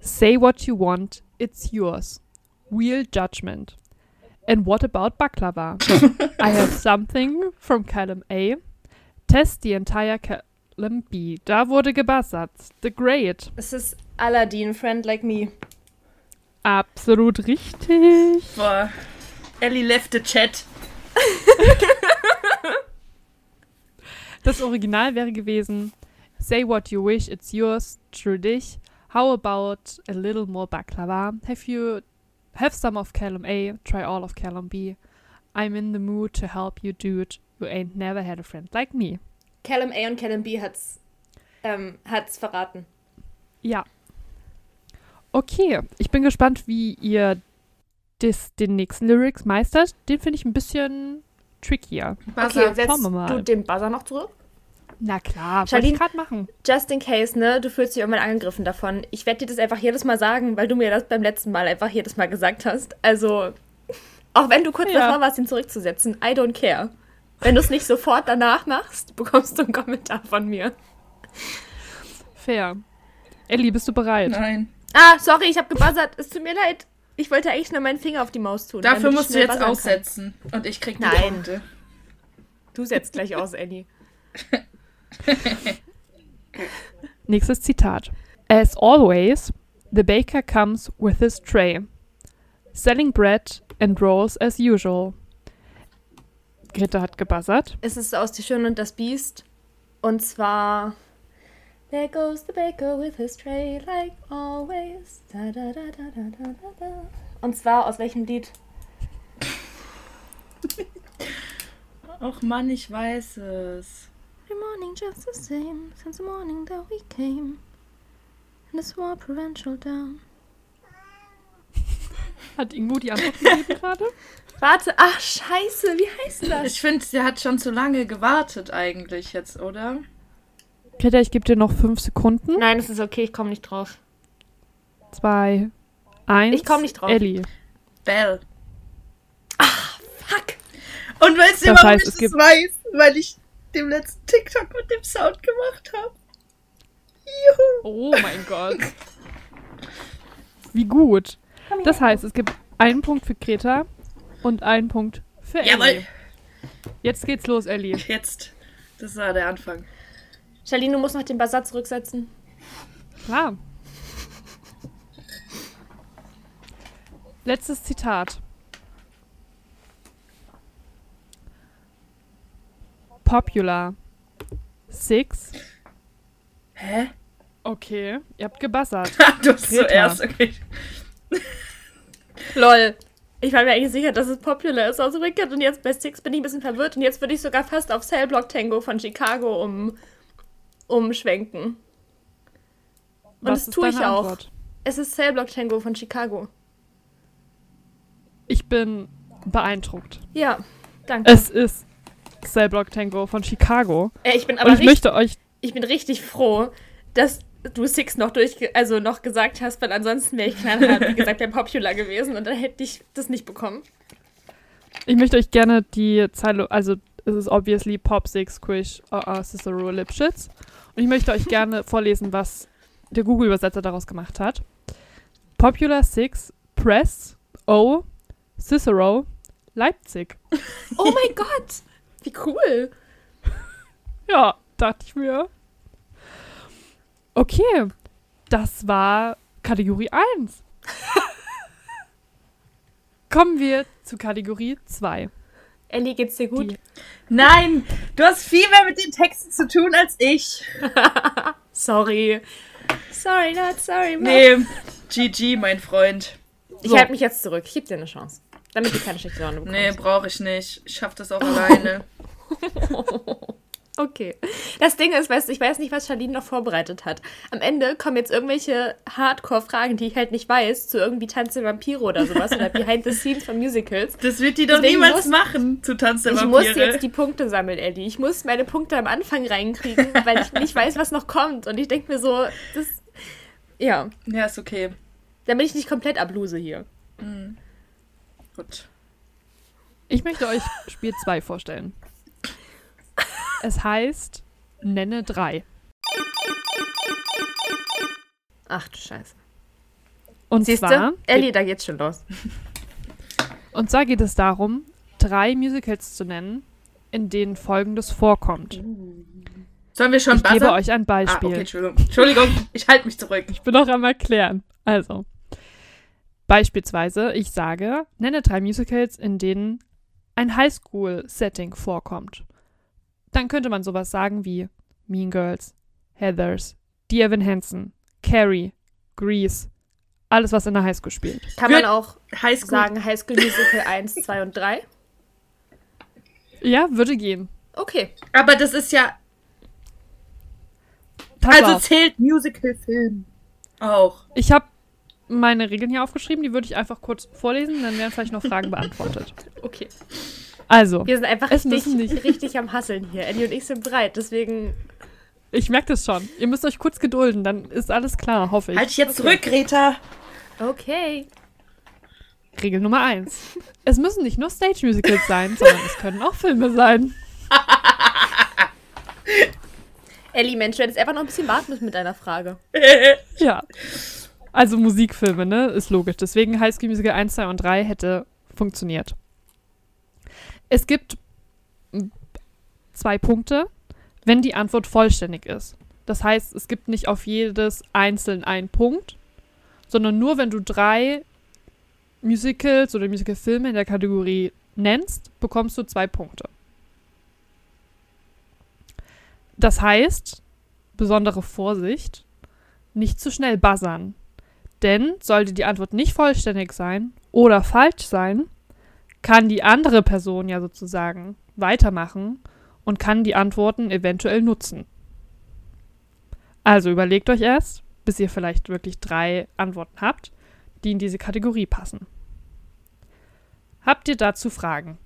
Speaker 2: Say what you want, it's yours. Real judgment. And what about baklava? I have something from column A. Test the entire column B. Da wurde gebassert. The great.
Speaker 3: Es ist Aladdin, Friend Like Me.
Speaker 2: Absolut richtig.
Speaker 4: Boah. Ellie left the chat.
Speaker 2: Das Original wäre gewesen: Say what you wish, it's yours. True dich. How about a little more baklava? Have you have some of column A? Try all of column B. I'm in the mood to help you, dude. You ain't never had a friend like me.
Speaker 3: Callum A und Callum B hat's, ähm, hat's verraten.
Speaker 2: Ja. Okay, ich bin gespannt, wie ihr des, den nächsten Lyrics meistert. Den finde ich ein bisschen trickier.
Speaker 4: Buzzer.
Speaker 2: schauen wir mal.
Speaker 3: du den Buzzer noch zurück?
Speaker 2: Na klar, wollte
Speaker 3: Charlene-
Speaker 2: ich gerade machen.
Speaker 3: Just in case, ne? Du fühlst dich irgendwann angegriffen davon. Ich werde dir das einfach jedes Mal sagen, weil du mir das beim letzten Mal einfach jedes Mal gesagt hast. Also, auch wenn du kurz
Speaker 2: Ja.
Speaker 3: davor warst, ihn zurückzusetzen, I don't care. Wenn du es nicht sofort danach machst, bekommst du einen Kommentar von mir.
Speaker 2: Fair. Ellie, bist du bereit?
Speaker 4: Nein.
Speaker 3: Ah, sorry, ich habe gebuzzert. Es tut mir leid. Ich wollte eigentlich nur meinen Finger auf die Maus tun. damit
Speaker 4: Dafür
Speaker 3: ich
Speaker 4: musst du
Speaker 3: schnell
Speaker 4: jetzt
Speaker 3: buzzern
Speaker 4: aussetzen. Und ich krieg die
Speaker 3: Nein.
Speaker 4: Punkte.
Speaker 3: Kann. Du setzt gleich aus, Annie.
Speaker 2: Nächstes Zitat. As always, the baker comes with his tray, selling bread and rolls as usual. Greta hat gebuzzert.
Speaker 3: Es ist aus Die Schöne und das Biest. Und zwar. There goes the baker with his tray like always. Da, da, da, da, da, da, da, da. Und zwar aus welchem Lied?
Speaker 4: Och Mann, ich weiß es.
Speaker 5: Every morning just the same since the morning that we came. And the swamp torrential down.
Speaker 2: Hat Ingo die Antwort gegeben gerade?
Speaker 3: Warte, ach scheiße, wie heißt das?
Speaker 4: Ich finde, sie hat schon zu lange gewartet eigentlich jetzt, oder?
Speaker 2: Greta, ich gebe dir noch fünf Sekunden.
Speaker 3: Nein, es ist okay, ich komme nicht drauf.
Speaker 2: zwei, eins.
Speaker 3: Ich komm nicht drauf.
Speaker 2: Ellie.
Speaker 4: Bell.
Speaker 3: Fuck!
Speaker 4: Und weißt du,
Speaker 2: Das
Speaker 4: warum
Speaker 2: heißt,
Speaker 4: ich
Speaker 2: es
Speaker 4: das
Speaker 2: gibt-
Speaker 4: weiß? Weil ich dem letzten TikTok mit dem Sound gemacht habe. Juhu.
Speaker 2: Oh mein Gott. Wie gut. Das heißt, es gibt einen Punkt für Greta und einen Punkt für Ellie.
Speaker 4: Jawohl.
Speaker 2: Jetzt geht's los, Ellie.
Speaker 4: Jetzt. Das war der Anfang.
Speaker 3: Charlene, du musst noch den Basar zurücksetzen.
Speaker 2: Klar. Letztes Zitat. Popular. Six.
Speaker 4: Hä?
Speaker 2: Okay, ihr habt gebassert.
Speaker 4: du hast
Speaker 2: Greta.
Speaker 4: zuerst, okay.
Speaker 3: Lol. Ich war mir eigentlich sicher, dass es popular ist aus Wicked und jetzt bei Six bin ich ein bisschen verwirrt und jetzt würde ich sogar fast auf Cellblock Tango von Chicago um, umschwenken. Und
Speaker 2: Was
Speaker 3: das
Speaker 2: ist
Speaker 3: tue ich
Speaker 2: deine
Speaker 3: auch.
Speaker 2: Antwort?
Speaker 3: Es ist Cellblock Tango von Chicago.
Speaker 2: Ich bin beeindruckt.
Speaker 3: Ja, danke.
Speaker 2: Es ist Cellblock Tango von Chicago.
Speaker 3: Äh, ich bin
Speaker 2: Aber
Speaker 3: aber
Speaker 2: und ich
Speaker 3: richtig,
Speaker 2: möchte euch.
Speaker 3: ich bin richtig froh, dass du Six noch durch, also noch gesagt hast, weil ansonsten wäre ich knallhart, wie gesagt, wäre popular gewesen und dann hätte ich das nicht bekommen.
Speaker 2: Ich möchte euch gerne die Zeile. Also, es ist obviously Pop Six Quish uh, Cicero Lipschitz. Und ich möchte euch gerne vorlesen, was der Google-Übersetzer daraus gemacht hat. Popular Six, Press, O, Cicero, Leipzig.
Speaker 3: Oh mein Gott! Wie cool!
Speaker 2: Ja, dachte ich mir. Okay, das war Kategorie 1. Kommen wir zu Kategorie 2.
Speaker 3: Ellie, geht's dir gut?
Speaker 2: Die-
Speaker 4: Nein, du hast viel mehr mit den Texten zu tun als ich.
Speaker 3: Sorry. Sorry, not sorry, Mom.
Speaker 4: Nee, GG, mein Freund.
Speaker 3: Ich
Speaker 2: So.
Speaker 3: halte mich jetzt zurück. Ich gebe dir eine Chance. Damit du keine schlechte Laune
Speaker 4: Nee,
Speaker 3: bekommst.
Speaker 4: brauche ich nicht. Ich schaff das auch alleine.
Speaker 3: Okay. Das Ding ist, weißt, du, ich weiß nicht, was Charlene noch vorbereitet hat. Am Ende kommen jetzt irgendwelche Hardcore-Fragen, die ich halt nicht weiß, zu irgendwie Tanze Vampire oder sowas oder Behind the Scenes von Musicals.
Speaker 4: Das wird die doch
Speaker 3: Deswegen
Speaker 4: niemals
Speaker 3: muss-
Speaker 4: machen, zu Tanz der
Speaker 3: Ich muss
Speaker 4: Vampire.
Speaker 3: jetzt die Punkte sammeln, Ellie. Ich muss meine Punkte am Anfang reinkriegen, weil ich nicht weiß, was noch kommt. Und ich denke mir so, das. Ja,
Speaker 4: ja, ist okay. Hm.
Speaker 3: damit ich nicht komplett abluse hier.
Speaker 4: Gut.
Speaker 2: Ich möchte euch Spiel 2 vorstellen. Es heißt Nenne 3.
Speaker 3: Ach du Scheiße.
Speaker 2: Und
Speaker 3: Siehst
Speaker 2: zwar
Speaker 3: du? Ellie, da geht's schon los.
Speaker 2: Und zwar geht es darum, drei Musicals zu nennen, in denen folgendes vorkommt.
Speaker 4: Sollen wir schon
Speaker 2: Ich gebe
Speaker 4: buzzern?
Speaker 2: euch ein
Speaker 4: Ah, okay,
Speaker 2: Beispiel.
Speaker 4: Entschuldigung. Entschuldigung, ich halte mich zurück.
Speaker 2: Ich will noch einmal klären. Also, beispielsweise, ich sage, nenne drei Musicals, in denen ein Highschool-Setting vorkommt. Dann könnte man sowas sagen wie Mean Girls, Heathers, Dear Evan Hansen, Carrie, Grease, alles, was in der Highschool spielt.
Speaker 3: Kann
Speaker 4: Wird-
Speaker 3: man auch
Speaker 4: Highschool.
Speaker 3: sagen High School Musical 1, 2 und 3?
Speaker 2: Ja, würde gehen.
Speaker 3: Okay.
Speaker 4: Aber das ist ja.
Speaker 2: Pass
Speaker 4: also
Speaker 2: auf.
Speaker 4: zählt Musical-Film. Auch.
Speaker 2: Ich habe meine Regeln hier aufgeschrieben, die würde ich einfach kurz vorlesen, dann werden vielleicht noch Fragen beantwortet.
Speaker 3: Okay.
Speaker 2: Also,
Speaker 3: Wir sind einfach
Speaker 2: Es
Speaker 3: richtig,
Speaker 2: müssen nicht.
Speaker 3: richtig am Hasseln hier. Ellie und ich sind bereit, deswegen.
Speaker 2: ich merke das schon. Ihr müsst euch kurz gedulden, dann ist alles klar, hoffe ich.
Speaker 4: Halt dich jetzt zurück, Greta.
Speaker 3: Okay.
Speaker 2: Regel Nummer eins: Es müssen nicht nur Stage-Musicals sein, sondern es können auch Filme sein.
Speaker 3: Ellie, Mensch, du hättest einfach noch ein bisschen warten müssen mit deiner Frage.
Speaker 2: Ja. Also Musikfilme, ne? Ist logisch. Deswegen High School Musical 1, 2 und 3 hätte funktioniert. Es gibt m, zwei Punkte, wenn die Antwort vollständig ist. Das heißt, es gibt nicht auf jedes einzeln einen Punkt, sondern nur wenn du drei Musicals oder Musicalfilme in der Kategorie nennst, bekommst du zwei Punkte. Das heißt, besondere Vorsicht, nicht zu schnell buzzern. Denn sollte die Antwort nicht vollständig sein oder falsch sein, kann die andere Person ja sozusagen weitermachen und kann die Antworten eventuell nutzen. Also überlegt euch erst, bis ihr vielleicht wirklich drei Antworten habt, die in diese Kategorie passen. Habt ihr dazu Fragen?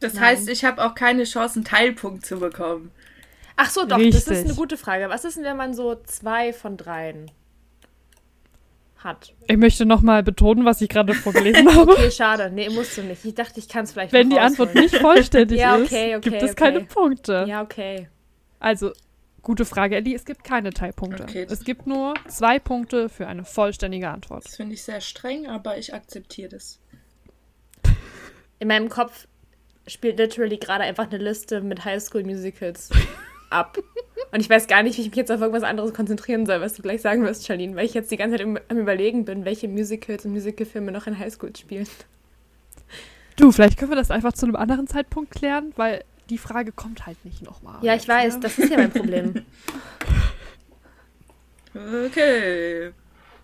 Speaker 4: Das heißt, ich habe auch keine Chance, einen Teilpunkt zu bekommen.
Speaker 3: Ach so, doch, das
Speaker 2: Richtig.
Speaker 3: ist eine gute Frage. Was ist denn, wenn man so zwei von dreien hat?
Speaker 2: Ich möchte nochmal betonen, was ich gerade vorgelesen habe.
Speaker 3: Okay, schade. Nee, musst du nicht. Ich dachte, ich kann es vielleicht
Speaker 2: Wenn
Speaker 3: noch
Speaker 2: die Antwort
Speaker 3: rausholen.
Speaker 2: nicht vollständig
Speaker 3: Ja, okay,
Speaker 2: ist,
Speaker 3: okay,
Speaker 2: gibt es
Speaker 3: okay.
Speaker 2: keine Punkte.
Speaker 3: Ja, okay.
Speaker 2: Also, gute Frage, Ellie. Es gibt keine Teilpunkte.
Speaker 4: Okay.
Speaker 2: Es gibt nur zwei Punkte für eine vollständige Antwort.
Speaker 4: Das finde ich sehr streng, aber ich akzeptiere das.
Speaker 3: In meinem Kopf spielt literally gerade einfach eine Liste mit Highschool-Musicals ab. Und ich weiß gar nicht, wie ich mich jetzt auf irgendwas anderes konzentrieren soll, was du gleich sagen wirst, Charlene, weil ich jetzt die ganze Zeit im, am Überlegen bin, welche Musicals und Musicalfilme noch in Highschool spielen.
Speaker 2: Du, vielleicht können wir das einfach zu einem anderen Zeitpunkt klären, weil die Frage kommt halt nicht nochmal.
Speaker 3: Ja, ich weiß,
Speaker 2: Ne?
Speaker 3: das ist ja mein Problem.
Speaker 4: Okay.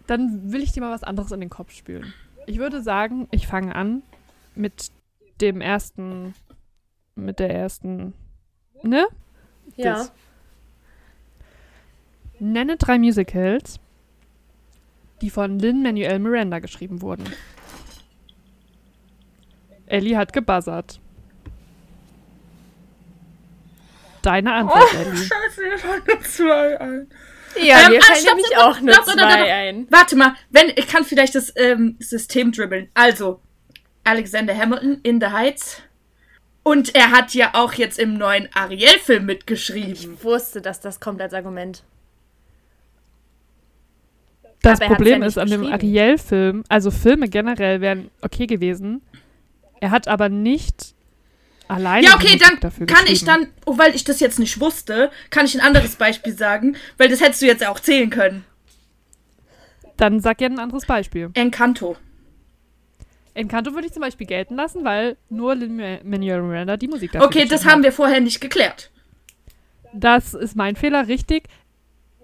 Speaker 2: Dann will ich dir mal was anderes in den Kopf spülen. Ich würde sagen, ich fange an mit dem ersten, mit der ersten, ne?
Speaker 3: ja.
Speaker 2: Das. Nenne drei Musicals, die von Lin-Manuel Miranda geschrieben wurden. Ellie hat gebuzzert. Deine
Speaker 4: Oh,
Speaker 2: Antwort, Ellie.
Speaker 4: Scheiße, mir fallen nur zwei ein.
Speaker 3: Ja,
Speaker 4: Ähm,
Speaker 3: mir fallen
Speaker 4: ah, stopp,
Speaker 3: nämlich
Speaker 4: stopp,
Speaker 3: auch nur
Speaker 4: stopp, stopp, stopp, stopp.
Speaker 3: zwei ein.
Speaker 4: Warte mal, wenn, ich kann vielleicht das ähm, System dribbeln. Also, Alexander Hamilton in The Heights. Und er hat ja auch jetzt im neuen Ariel-Film mitgeschrieben.
Speaker 3: Ich wusste, dass das kommt als Argument.
Speaker 2: Das
Speaker 3: Aber er hat's
Speaker 2: Problem
Speaker 3: ja nicht
Speaker 2: ist an dem
Speaker 3: geschrieben.
Speaker 2: Ariel-Film, also Filme generell wären okay gewesen. Er hat aber nicht alleine
Speaker 4: Ja, okay,
Speaker 2: die
Speaker 4: dann
Speaker 2: Musik dafür
Speaker 4: kann ich
Speaker 2: geschrieben.
Speaker 4: dann, oh, weil ich das jetzt nicht wusste, kann ich ein anderes Beispiel sagen, weil das hättest du jetzt auch zählen können.
Speaker 2: Dann sag gerne ein anderes Beispiel.
Speaker 4: Encanto.
Speaker 2: Encanto würde ich zum Beispiel gelten lassen, weil nur Lin-Manuel Miranda die Musik dafür
Speaker 4: Okay, das
Speaker 2: geschrieben
Speaker 4: haben wir vorher nicht geklärt.
Speaker 2: hat. Das ist mein Fehler, richtig.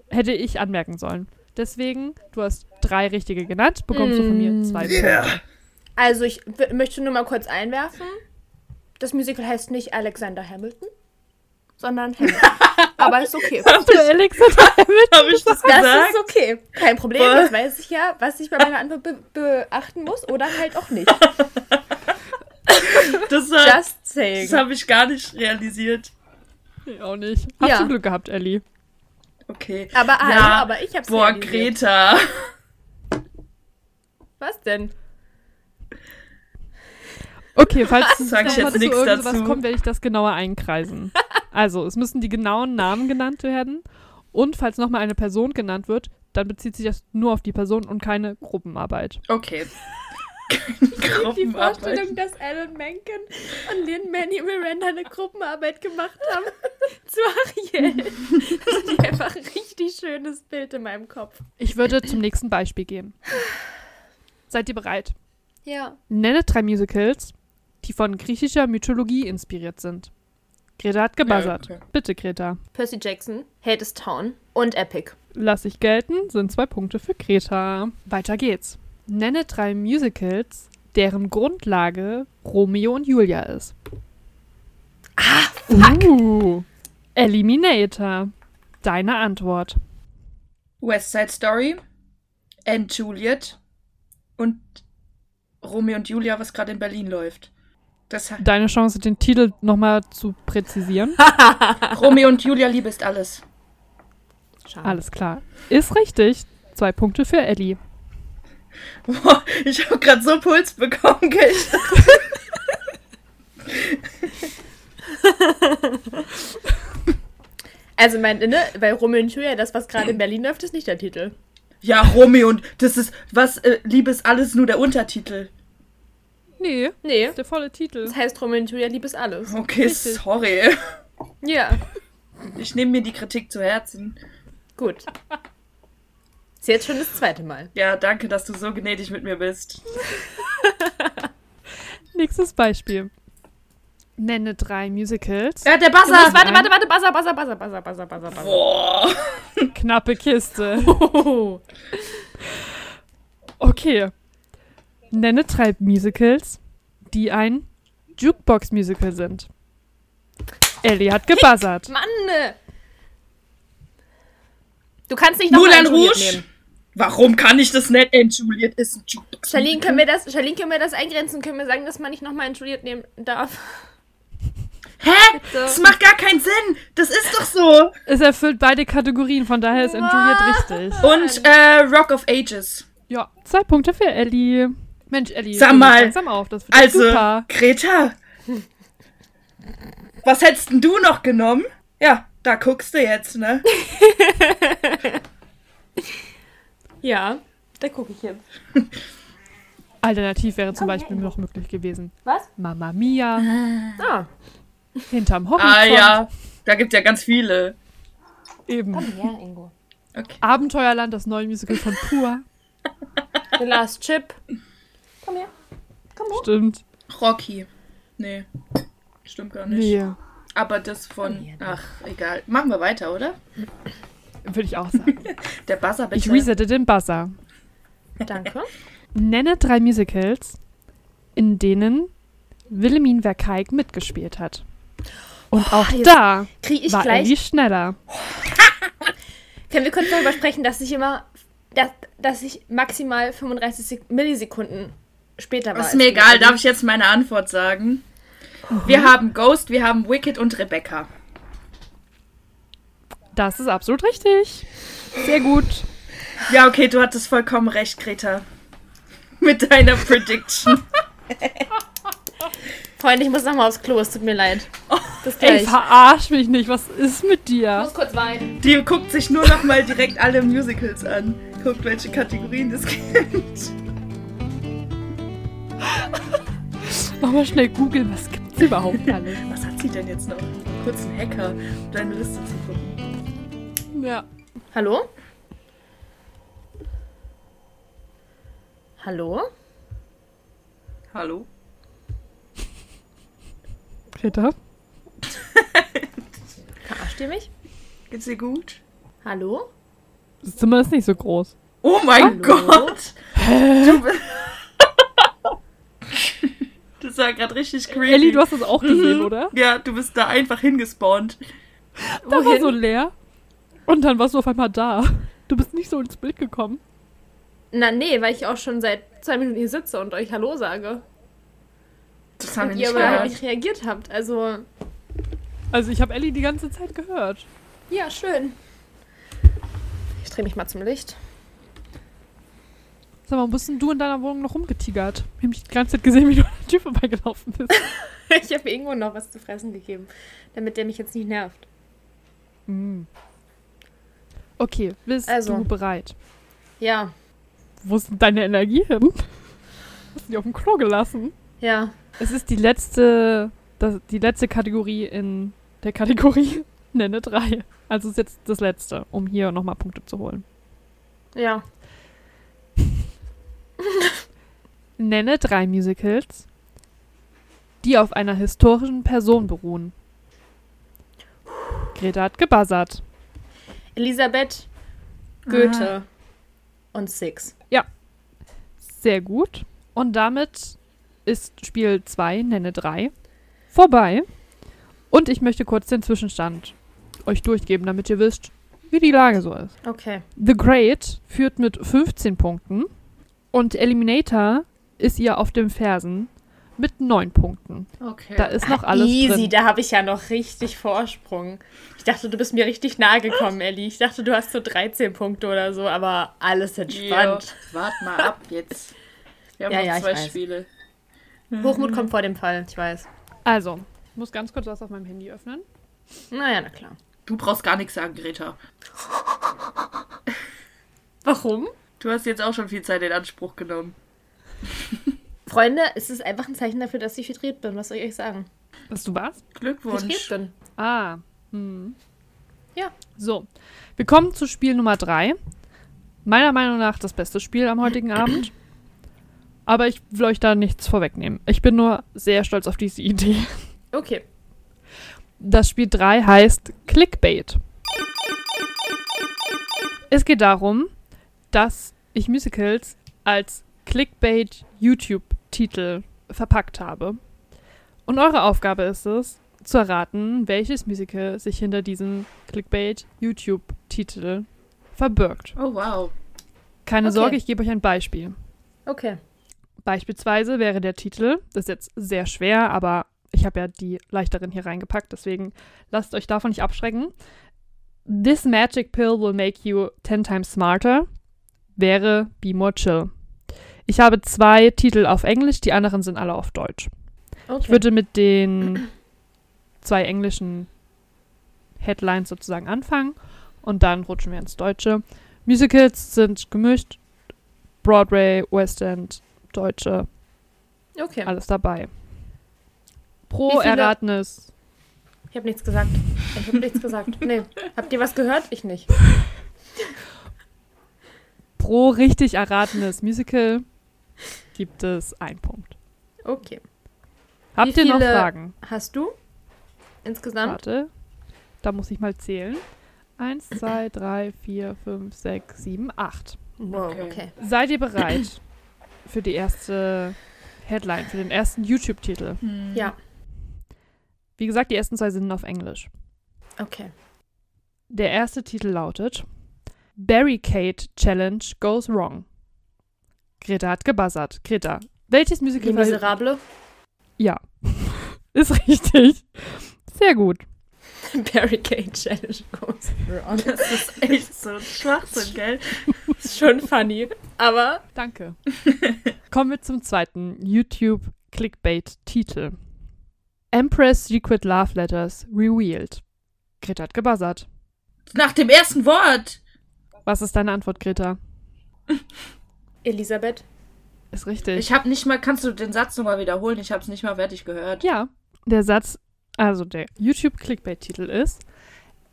Speaker 2: Hätte ich anmerken sollen. Deswegen, du hast drei richtige genannt, bekommst du von
Speaker 4: Mm.
Speaker 2: mir zwei Punkte.
Speaker 3: Also ich w- möchte nur mal kurz einwerfen. Das Musical heißt nicht Alexander Hamilton, sondern Hamilton. Aber ist okay.
Speaker 2: Hast du Alexander Hamilton?
Speaker 4: Habe ich das
Speaker 3: Das
Speaker 4: gesagt?
Speaker 3: ist okay. Kein Problem,
Speaker 4: Voll.
Speaker 3: das weiß ich ja, was ich bei meiner Antwort be beachten muss oder halt auch nicht.
Speaker 4: Das, das,
Speaker 3: Just saying.
Speaker 4: das habe ich gar nicht realisiert.
Speaker 2: Nee, auch nicht. Hast
Speaker 3: Ja.
Speaker 2: du Glück gehabt, Ellie.
Speaker 4: Okay.
Speaker 3: Aber, ah,
Speaker 4: Ja,
Speaker 3: ja, aber ich hab's
Speaker 4: Boah,
Speaker 3: realisiert.
Speaker 4: Greta.
Speaker 3: Was denn?
Speaker 2: Okay, falls
Speaker 4: Sag ich
Speaker 2: nochmal
Speaker 4: jetzt nichts
Speaker 2: zu irgendwas
Speaker 4: dazu.
Speaker 2: kommt, werde ich das genauer einkreisen. Also, es müssen die genauen Namen genannt werden. Und falls nochmal eine Person genannt wird, dann bezieht sich das nur auf die Person und keine Gruppenarbeit.
Speaker 4: Okay.
Speaker 3: Die
Speaker 4: Gruppenarbeit.
Speaker 3: Vorstellung, dass Alan Menken und Lin Manny Miranda eine Gruppenarbeit gemacht haben zu Ariel. Das ist einfach ein richtig schönes Bild in meinem Kopf.
Speaker 2: Ich würde zum nächsten Beispiel gehen. Seid ihr bereit?
Speaker 3: Ja.
Speaker 2: Nenne drei Musicals, die von griechischer Mythologie inspiriert sind. Greta hat gebuzzert.
Speaker 4: Ja, okay.
Speaker 2: Bitte, Greta.
Speaker 3: Percy Jackson, Hadestown und Epic.
Speaker 2: Lass ich gelten, sind zwei Punkte für Greta. Weiter geht's. Nenne drei Musicals, deren Grundlage Romeo und Julia ist. Ah, fuck. Uh, Eliminator. Deine Antwort.
Speaker 4: West Side Story. And Juliet. Und Romeo und Julia, was gerade in Berlin läuft. Das
Speaker 2: Deine Chance, den Titel nochmal zu präzisieren.
Speaker 4: Romeo und Julia, Liebe ist alles.
Speaker 3: Schade.
Speaker 2: Alles klar. Ist richtig. Zwei Punkte für Ellie.
Speaker 4: Boah, ich habe gerade so Puls bekommen, gell? Ich dachte-
Speaker 3: Also mein, ne, weil Romeo und Julia, das, was gerade in Berlin läuft, ist nicht der Titel.
Speaker 4: Ja, Romeo und das ist was äh, Liebe ist alles nur der Untertitel.
Speaker 2: Nee,
Speaker 3: Nee.
Speaker 2: der volle Titel.
Speaker 3: Das heißt Romeo und Julia, lieb ist alles.
Speaker 4: Okay,
Speaker 2: Richtig.
Speaker 4: sorry.
Speaker 3: Ja.
Speaker 4: Ich nehme mir die Kritik zu Herzen.
Speaker 3: Gut. Ist jetzt schon das zweite Mal.
Speaker 4: Ja, danke, dass du so gnädig mit mir bist.
Speaker 2: Nächstes Beispiel. Nenne drei Musicals.
Speaker 4: Ja, der
Speaker 3: Du
Speaker 4: Buzzer.
Speaker 3: musst, warte, warte, warte, buzzer, buzzer, buzzer, buzzer, buzzer, buzzer, buzzer.
Speaker 4: Boah.
Speaker 2: Knappe Kiste.
Speaker 3: Oh.
Speaker 2: Okay. Nenne drei Musicals, die ein Jukebox-Musical sind. Ellie hat gebuzzert.
Speaker 3: Mann! ne. Du kannst nicht noch
Speaker 4: Moulin
Speaker 3: mal einen Juliet
Speaker 4: Rouge.
Speaker 3: nehmen.
Speaker 4: Warum kann ich das nicht? And Juliet ist ein Jukebox.
Speaker 3: Charlene, können wir das, Charlene, können wir das eingrenzen? Können wir sagen, dass man nicht nochmal einen Juliet nehmen darf?
Speaker 4: Hä?
Speaker 3: Bitte.
Speaker 4: Das macht gar keinen Sinn. Das ist doch so.
Speaker 2: Es erfüllt beide Kategorien, von daher ist Juliet richtig.
Speaker 4: Und äh, Rock of Ages.
Speaker 2: Ja, zwei Punkte für Ellie. Mensch, Ellie,
Speaker 4: Sag
Speaker 2: du
Speaker 4: mal.
Speaker 2: musst langsam auf, das wird
Speaker 4: Also,
Speaker 2: super.
Speaker 4: Greta. Was hättest denn du noch genommen? Ja, da guckst du jetzt, ne?
Speaker 3: Ja. Da gucke ich jetzt.
Speaker 2: Alternativ wäre zum Beispiel noch möglich gewesen.
Speaker 3: Was?
Speaker 2: Mamma Mia,
Speaker 3: Ah.
Speaker 2: hinterm Horizont,
Speaker 4: Ah ja, da gibt's ja ganz viele.
Speaker 2: eben.
Speaker 3: Ja, Ingo.
Speaker 4: Okay.
Speaker 2: Abenteuerland, das neue Musical von Pur.
Speaker 3: The Last Chip. Komm her. Komm hoch.
Speaker 2: Stimmt.
Speaker 4: Rocky. Nee. Stimmt gar nicht.
Speaker 2: Nee,
Speaker 4: Aber das von. Ach, egal. Machen wir weiter, oder?
Speaker 2: würde ich auch sagen.
Speaker 4: Der Buzzer
Speaker 2: Ich
Speaker 4: bitte.
Speaker 2: resette den Buzzer.
Speaker 3: Danke.
Speaker 2: Nenne drei Musicals, in denen Wilhelmin Verkaik mitgespielt hat. Und auch
Speaker 3: Oh, jetzt
Speaker 2: da
Speaker 3: Kriege ich
Speaker 2: war
Speaker 3: gleich
Speaker 2: Ellie schneller.
Speaker 3: Können wir kurz darüber sprechen, dass ich immer, dass, dass ich maximal 35 Sek Millisekunden später war?
Speaker 4: Ist mir egal, darf ich jetzt meine Antwort sagen?
Speaker 2: Mhm.
Speaker 4: Wir haben Ghost, wir haben Wicked und Rebecca.
Speaker 2: Das ist absolut richtig. Sehr gut.
Speaker 4: Ja, okay, du hattest vollkommen recht, Greta. Mit deiner Prediction.
Speaker 3: Freunde, ich muss nochmal aufs Klo, es tut mir leid. Bis
Speaker 2: Ey,
Speaker 3: gleich.
Speaker 2: verarsch mich nicht. Was ist mit dir?
Speaker 3: muss kurz weinen.
Speaker 4: Die guckt sich nur noch mal direkt alle Musicals an. Guckt, welche Kategorien es gibt.
Speaker 2: Mach mal schnell googeln. Was gibt's überhaupt alles?
Speaker 4: Was hat sie denn jetzt noch? Kurz einen Hacker, um deine Liste zu gucken.
Speaker 2: Ja.
Speaker 3: Hallo? Hallo?
Speaker 4: Hallo?
Speaker 2: Greta?
Speaker 3: Verarscht ihr mich?
Speaker 4: Geht's dir gut?
Speaker 3: Hallo?
Speaker 2: Das Zimmer ist nicht so groß.
Speaker 4: Oh mein
Speaker 3: Hallo?
Speaker 4: Gott! Du bist. das war gerade richtig creepy. Mhm.
Speaker 2: Ellie, du hast das auch gesehen,
Speaker 3: Mhm.
Speaker 2: oder?
Speaker 4: Ja, du bist da einfach hingespawnt.
Speaker 2: Da war so
Speaker 3: also-
Speaker 2: leer. Und dann warst du auf einmal da. Du bist nicht so ins Bild gekommen.
Speaker 3: Na, nee, weil ich auch schon seit zwei Minuten hier sitze und euch Hallo sage.
Speaker 4: Das haben wir
Speaker 3: und
Speaker 4: nicht
Speaker 3: ihr aber halt
Speaker 4: gehört.
Speaker 3: nicht reagiert habt. Also,
Speaker 2: Also ich habe Ellie die ganze Zeit gehört.
Speaker 3: ja, schön. Ich drehe mich mal zum Licht.
Speaker 2: Sag mal, wo bist denn du in deiner Wohnung noch rumgetigert? Ich habe mich die ganze Zeit gesehen, wie du an der Tür vorbeigelaufen bist.
Speaker 3: Ich habe irgendwo noch was zu fressen gegeben, damit der mich jetzt nicht nervt.
Speaker 2: Mm. Okay, bist
Speaker 3: Also.
Speaker 2: du bereit?
Speaker 3: Ja,
Speaker 2: Wo ist denn deine Energie hin? Hast du die auf dem Klo gelassen?
Speaker 3: ja.
Speaker 2: Es ist die letzte, das, die letzte Kategorie in der Kategorie Nenne drei. Also ist jetzt das letzte, um hier nochmal Punkte zu holen.
Speaker 3: Ja.
Speaker 2: Nenne drei Musicals, die auf einer historischen Person beruhen. Greta hat gebuzzert.
Speaker 3: Elisabeth,
Speaker 4: Ah.
Speaker 3: Goethe und Six.
Speaker 2: Sehr gut. Und damit ist Spiel 2, nenne 3, vorbei. Und ich möchte kurz den Zwischenstand euch durchgeben, damit ihr wisst, wie die Lage so ist.
Speaker 3: Okay.
Speaker 2: The Great führt mit 15 Punkten und Eliminator ist ihr auf dem Fersen mit 9 Punkten.
Speaker 4: Okay.
Speaker 2: Da ist noch alles
Speaker 3: Easy,
Speaker 2: drin.
Speaker 3: da habe ich ja noch richtig Vorsprung. Ich dachte, du bist mir richtig nahe gekommen, Ellie. Ich dachte, du hast so 13 Punkte oder so, aber alles entspannt.
Speaker 4: Warte mal ab jetzt. Wir haben
Speaker 3: Ja,
Speaker 4: noch
Speaker 3: ja, ich
Speaker 4: zwei
Speaker 3: weiß.
Speaker 4: Spiele.
Speaker 2: Mhm.
Speaker 3: Hochmut kommt vor dem Fall, ich weiß.
Speaker 2: Also, ich muss ganz kurz was auf meinem Handy öffnen.
Speaker 3: Naja, na klar.
Speaker 4: Du brauchst gar nichts sagen, Greta.
Speaker 3: Warum?
Speaker 4: Du hast jetzt auch schon viel Zeit in Anspruch genommen.
Speaker 3: Freunde, es ist einfach ein Zeichen dafür, dass ich vitriert bin. Was soll ich euch sagen?
Speaker 2: Was du warst?
Speaker 4: Glückwunsch.
Speaker 3: Vitriert bin.
Speaker 2: Ah. Hm.
Speaker 3: Ja.
Speaker 2: So, wir kommen zu Spiel Nummer 3. Meiner Meinung nach das beste Spiel am heutigen Abend. Aber ich will euch da nichts vorwegnehmen. Ich bin nur sehr stolz auf diese Idee.
Speaker 3: Okay.
Speaker 2: Das Spiel 3 heißt Clickbait. Es geht darum, dass ich Musicals als Clickbait-YouTube-Titel verpackt habe. Und eure Aufgabe ist es, zu erraten, welches Musical sich hinter diesem Clickbait-YouTube-Titel verbirgt.
Speaker 4: Oh wow.
Speaker 2: Keine
Speaker 3: Okay.
Speaker 2: Sorge, ich gebe euch ein Beispiel.
Speaker 3: Okay.
Speaker 2: Beispielsweise wäre der Titel, das ist jetzt sehr schwer, aber ich habe ja die leichteren hier reingepackt, deswegen lasst euch davon nicht abschrecken. This magic pill will make you 10 times smarter wäre Be More Chill. Ich habe zwei Titel auf Englisch, die anderen sind alle auf Deutsch.
Speaker 3: okay.
Speaker 2: Ich würde mit den zwei englischen Headlines sozusagen anfangen und dann rutschen wir ins Deutsche. Musicals sind gemischt, Broadway, West End, Deutsche,
Speaker 3: okay.
Speaker 2: alles dabei.
Speaker 3: Wie
Speaker 2: Pro
Speaker 3: viele-
Speaker 2: Erratnis.
Speaker 3: Ich habe nichts gesagt. Ich habe nichts gesagt. Nee. Habt ihr was gehört? Ich nicht.
Speaker 2: Pro richtig erratenes Musical gibt es einen Punkt.
Speaker 3: Okay.
Speaker 2: Habt ihr noch
Speaker 3: viele-
Speaker 2: Fragen?
Speaker 3: Hast du? Insgesamt?
Speaker 2: Warte, da muss ich mal zählen. Eins, zwei, drei, vier, fünf, sechs, sieben, acht.
Speaker 3: Wow,
Speaker 4: Okay.
Speaker 3: okay.
Speaker 2: Seid ihr bereit für die erste Headline, für den ersten YouTube-Titel?
Speaker 4: Hm.
Speaker 3: Ja.
Speaker 2: Wie gesagt, die ersten zwei sind auf Englisch.
Speaker 3: Okay.
Speaker 2: Der erste Titel lautet Barricade Challenge Goes Wrong. Greta hat gebuzzert. Greta, welches
Speaker 3: Die
Speaker 2: Musical
Speaker 3: Miserable.
Speaker 2: Ja. Ist richtig. Sehr gut.
Speaker 3: Barricade Challenge goes wrong.
Speaker 4: Das ist echt so ein Schwachsinn, gell?
Speaker 3: Das ist schon funny. Aber
Speaker 2: Danke. Kommen wir zum zweiten YouTube Clickbait Titel. Empress Secret Love Letters Revealed. Greta hat gebuzzert.
Speaker 4: Nach dem ersten Wort.
Speaker 2: Was ist deine Antwort, Greta?
Speaker 3: Elisabeth.
Speaker 2: Ist richtig.
Speaker 4: Ich habe nicht mal, kannst du den Satz nochmal wiederholen? Ich habe es nicht mal fertig gehört.
Speaker 2: Ja, der Satz, also der YouTube-Clickbait-Titel ist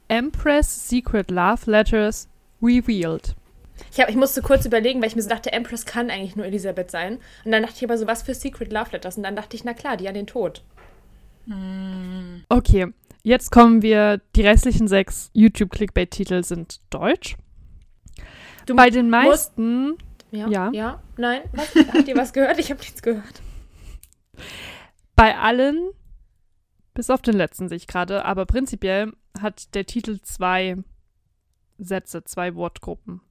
Speaker 2: Empress Secret Love Letters Revealed.
Speaker 3: Ich, hab, ich musste kurz überlegen, weil ich mir so dachte, Empress kann eigentlich nur Elisabeth sein. Und dann dachte ich aber so, was für Secret Love Letters? Und dann dachte ich, na klar, die an den Tod.
Speaker 4: Hm.
Speaker 2: Okay, jetzt kommen wir. Die restlichen sechs YouTube-Clickbait-Titel sind deutsch.
Speaker 3: Du
Speaker 2: Bei den meisten.
Speaker 3: Ja.
Speaker 2: Ja.
Speaker 3: Ja. Nein. Was? Habt ihr was gehört? Ich habe nichts gehört.
Speaker 2: Bei allen, bis auf den letzten sehe ich gerade, aber prinzipiell hat der Titel zwei Sätze, zwei Wortgruppen.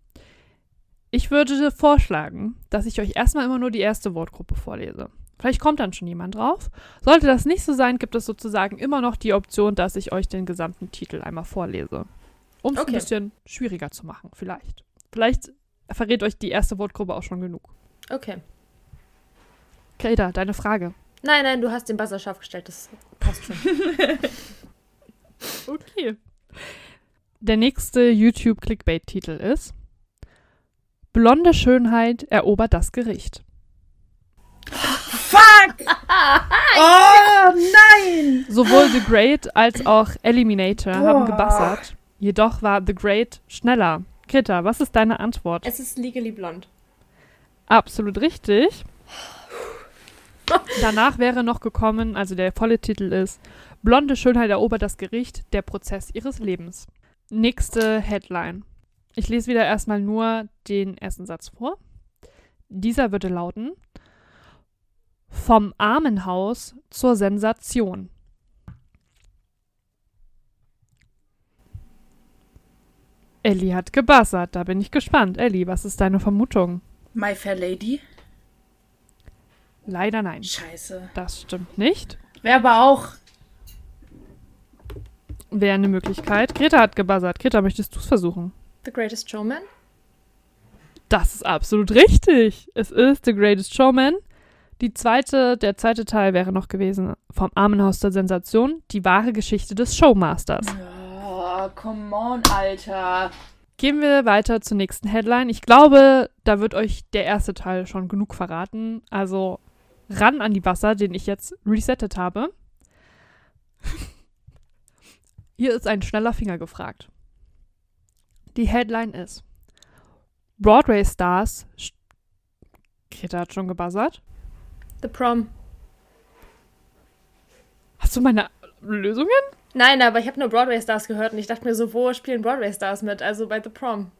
Speaker 2: Ich würde vorschlagen, dass ich euch erstmal immer nur die erste Wortgruppe vorlese. Vielleicht kommt dann schon jemand drauf. Sollte das nicht so sein, gibt es sozusagen immer noch die Option, dass ich euch den gesamten Titel einmal vorlese. Um es
Speaker 3: Okay.
Speaker 2: ein bisschen schwieriger zu machen, vielleicht. Vielleicht verrät euch die erste Wortgruppe auch schon genug.
Speaker 3: Okay.
Speaker 2: Greta, deine Frage.
Speaker 3: Nein, nein, du hast den Buzzer scharf gestellt. Das passt schon.
Speaker 2: Okay. Der nächste YouTube-Clickbait-Titel ist Blonde Schönheit erobert das Gericht.
Speaker 4: Fuck! oh nein!
Speaker 2: Sowohl The Great als auch Eliminator haben gebassert. Jedoch war The Great schneller. Greta, was ist deine Antwort?
Speaker 3: es ist legally blond.
Speaker 2: Absolut richtig. Danach wäre noch gekommen, also der volle Titel ist Blonde Schönheit erobert das Gericht, der Prozess ihres Lebens. Nächste Headline. Ich lese wieder erstmal nur den ersten Satz vor. Dieser würde lauten Vom Armenhaus zur Sensation. Ellie hat gebassert, da bin ich gespannt. Ellie, was ist deine Vermutung?
Speaker 4: My Fair Lady?
Speaker 2: Leider nein.
Speaker 4: Scheiße.
Speaker 2: Das stimmt nicht.
Speaker 4: Wer aber auch.
Speaker 2: Wäre eine Möglichkeit. Greta hat gebuzzert. Greta, möchtest du es versuchen?
Speaker 3: The Greatest Showman?
Speaker 2: Das ist absolut richtig. Es ist The Greatest Showman. Die zweite, der zweite Teil wäre noch gewesen vom Armenhaus der Sensation, die wahre Geschichte des Showmasters.
Speaker 4: Oh, come on, Alter.
Speaker 2: Gehen wir weiter zur nächsten Headline. Ich glaube, da wird euch der erste Teil schon genug verraten. Also ran an die Wasser, den ich jetzt resettet habe. Hier ist ein schneller Finger gefragt. Die Headline ist: Broadway Stars. st- Greta hat schon gebuzzert.
Speaker 3: The Prom.
Speaker 2: Hast du meine Lösungen?
Speaker 3: Nein, aber ich habe nur Broadway Stars gehört und ich dachte mir so, wo spielen Broadway Stars mit? Also bei The Prom.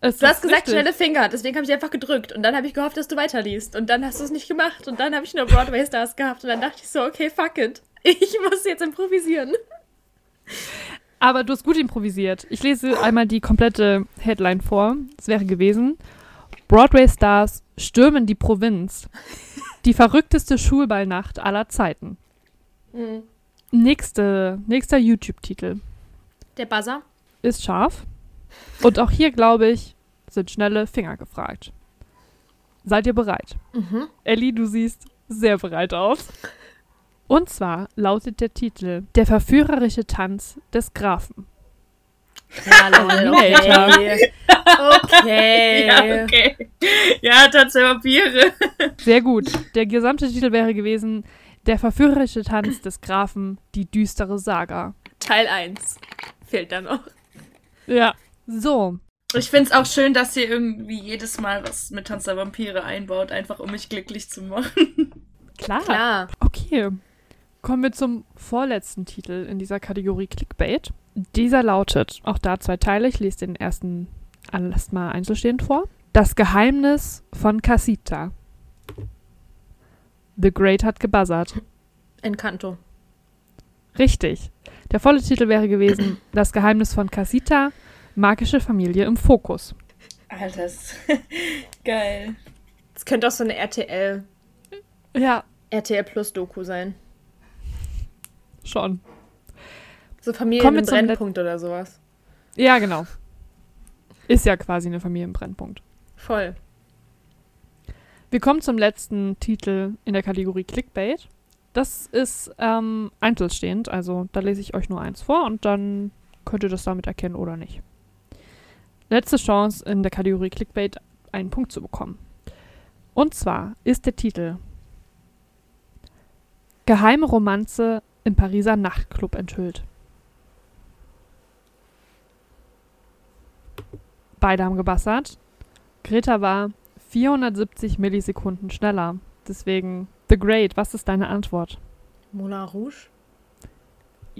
Speaker 2: Es
Speaker 3: Du hast
Speaker 2: ist
Speaker 3: gesagt,
Speaker 2: richtig.
Speaker 3: schnelle Finger, deswegen habe ich einfach gedrückt. Und dann habe ich gehofft, dass du weiterliest. Und dann hast du es nicht gemacht. Und dann habe ich nur Broadway Stars gehabt. Und dann dachte ich so, okay, fuck it. Ich muss jetzt improvisieren.
Speaker 2: Aber du hast gut improvisiert. Ich lese einmal die komplette Headline vor. Es wäre gewesen: Broadway-Stars stürmen die Provinz. Die verrückteste Schulballnacht aller Zeiten.
Speaker 3: Hm.
Speaker 2: Nächste, nächster YouTube-Titel
Speaker 3: Der Buzzer?
Speaker 2: ist scharf. Und auch hier, glaube ich, sind schnelle Finger gefragt. Seid ihr bereit? Ellie, du siehst sehr bereit aus. Und zwar lautet der Titel Der verführerische Tanz des Grafen. Eliminator.
Speaker 3: Okay.
Speaker 4: Ja, okay. Ja, tatsächlich Biere.
Speaker 2: Sehr gut. Der gesamte Titel wäre gewesen Der verführerische Tanz des Grafen, die düstere Saga.
Speaker 3: Teil 1. Fehlt da noch.
Speaker 2: Ja. So,
Speaker 4: Ich find's auch schön, dass ihr irgendwie jedes Mal was mit Tanz der Vampire einbaut, einfach um mich glücklich zu machen.
Speaker 3: Ah.
Speaker 2: klar.
Speaker 3: Klar.
Speaker 2: Okay. Kommen wir zum vorletzten Titel in dieser Kategorie Clickbait. Dieser lautet, auch da zwei Teile, ich lese den ersten alles mal einzelstehend vor. Das Geheimnis von Casita. The Great hat gebuzzert.
Speaker 3: Encanto.
Speaker 2: Richtig. Der volle Titel wäre gewesen Das Geheimnis von Casita, magische Familie im Fokus.
Speaker 4: Alter, ist geil.
Speaker 3: Das könnte auch so eine RTL,
Speaker 2: Ja,
Speaker 3: RTL Plus Doku sein.
Speaker 2: schon.
Speaker 3: So Familien
Speaker 2: Kommen wir
Speaker 3: im
Speaker 2: zum
Speaker 3: Brennpunkt oder sowas.
Speaker 2: Ja, genau. Ist ja quasi eine Familie im Brennpunkt.
Speaker 3: Voll.
Speaker 2: Wir kommen zum letzten Titel in der Kategorie Clickbait. Das ist ähm, einzelstehend, also da lese ich euch nur eins vor und dann könnt ihr das damit erkennen oder nicht. Letzte Chance in der Kategorie Clickbait einen Punkt zu bekommen. Und zwar ist der Titel Geheime Romanze im Pariser Nachtclub enthüllt. Beide haben gebassert. Greta war 470 Millisekunden schneller. Deswegen, The Great, was ist deine Antwort?
Speaker 3: Moulin Rouge?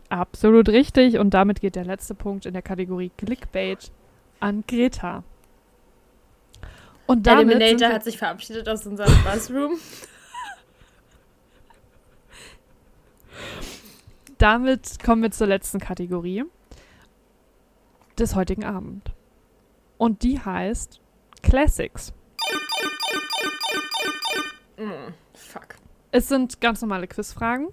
Speaker 2: Absolut richtig. Und damit geht der letzte Punkt in der Kategorie Clickbait an Greta. Und
Speaker 3: Der
Speaker 2: damit sind
Speaker 3: Eliminator
Speaker 2: wir-
Speaker 3: hat sich verabschiedet aus unserem Buzzroom.
Speaker 2: damit kommen wir zur letzten Kategorie des heutigen Abend. Und die heißt Classics.
Speaker 3: Mm, fuck.
Speaker 2: Es sind ganz normale Quizfragen.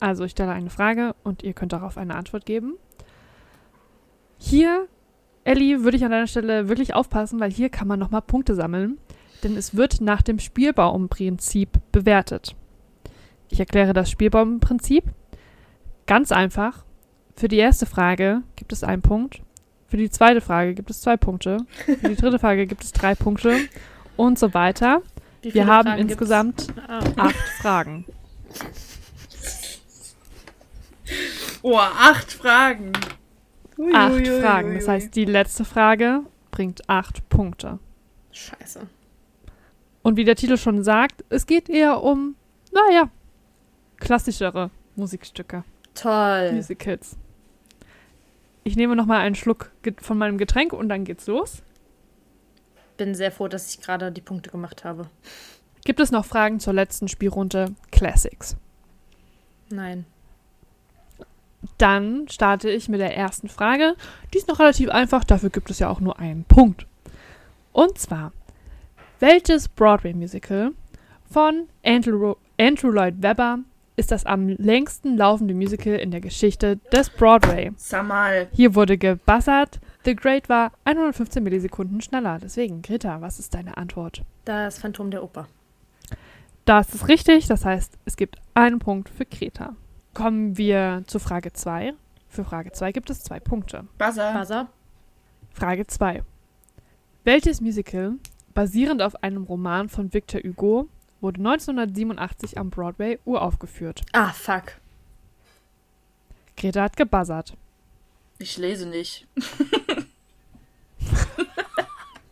Speaker 2: Also ich stelle eine Frage und ihr könnt darauf eine Antwort geben. Hier, Ellie, würde ich an deiner Stelle wirklich aufpassen, weil hier kann man nochmal Punkte sammeln. Denn es wird nach dem Spielbaumprinzip bewertet. Ich erkläre das Spielbaumprinzip. Ganz einfach. Für die erste Frage gibt es einen Punkt. Für die zweite Frage gibt es zwei Punkte. Für die dritte Frage gibt es drei Punkte. Und so weiter.
Speaker 3: Wie
Speaker 2: Wir
Speaker 3: viele
Speaker 2: haben
Speaker 3: Fragen gibt's?
Speaker 2: insgesamt
Speaker 3: Ah.
Speaker 2: acht Fragen.
Speaker 4: Oh, acht Fragen. Ui,
Speaker 2: acht
Speaker 4: ui, ui,
Speaker 2: Fragen.
Speaker 4: ui,
Speaker 2: Das
Speaker 4: ui.
Speaker 2: heißt, die letzte Frage bringt acht Punkte.
Speaker 3: Scheiße.
Speaker 2: Und wie der Titel schon sagt, es geht eher um, naja, klassischere Musikstücke,
Speaker 3: Toll.
Speaker 2: Musicals. Ich nehme nochmal einen Schluck ge- von meinem Getränk und dann geht's los.
Speaker 3: Bin sehr froh, dass ich gerade die Punkte gemacht habe.
Speaker 2: Gibt es noch Fragen zur letzten Spielrunde Classics?
Speaker 3: Nein.
Speaker 2: Dann starte ich mit der ersten Frage. Die ist noch relativ einfach, dafür gibt es ja auch nur einen Punkt. Und zwar, welches Broadway-Musical von Andrew, Andrew Lloyd Webber ist das am längsten laufende Musical in der Geschichte des Broadway?
Speaker 4: Sag mal,
Speaker 2: Hier wurde gebassert. The Great war 115 Millisekunden schneller. Deswegen, Greta, was ist deine Antwort?
Speaker 3: Das Phantom der Oper.
Speaker 2: Das ist richtig, das heißt, es gibt einen Punkt für Greta. Kommen wir zu Frage 2. Für Frage 2 gibt es zwei Punkte.
Speaker 4: Buzzer.
Speaker 3: Buzzer?
Speaker 2: Frage 2. Welches Musical, basierend auf einem Roman von Victor Hugo, wurde 1987 am Broadway uraufgeführt?
Speaker 3: Ah, fuck.
Speaker 2: Greta hat gebuzzert.
Speaker 4: Ich lese nicht.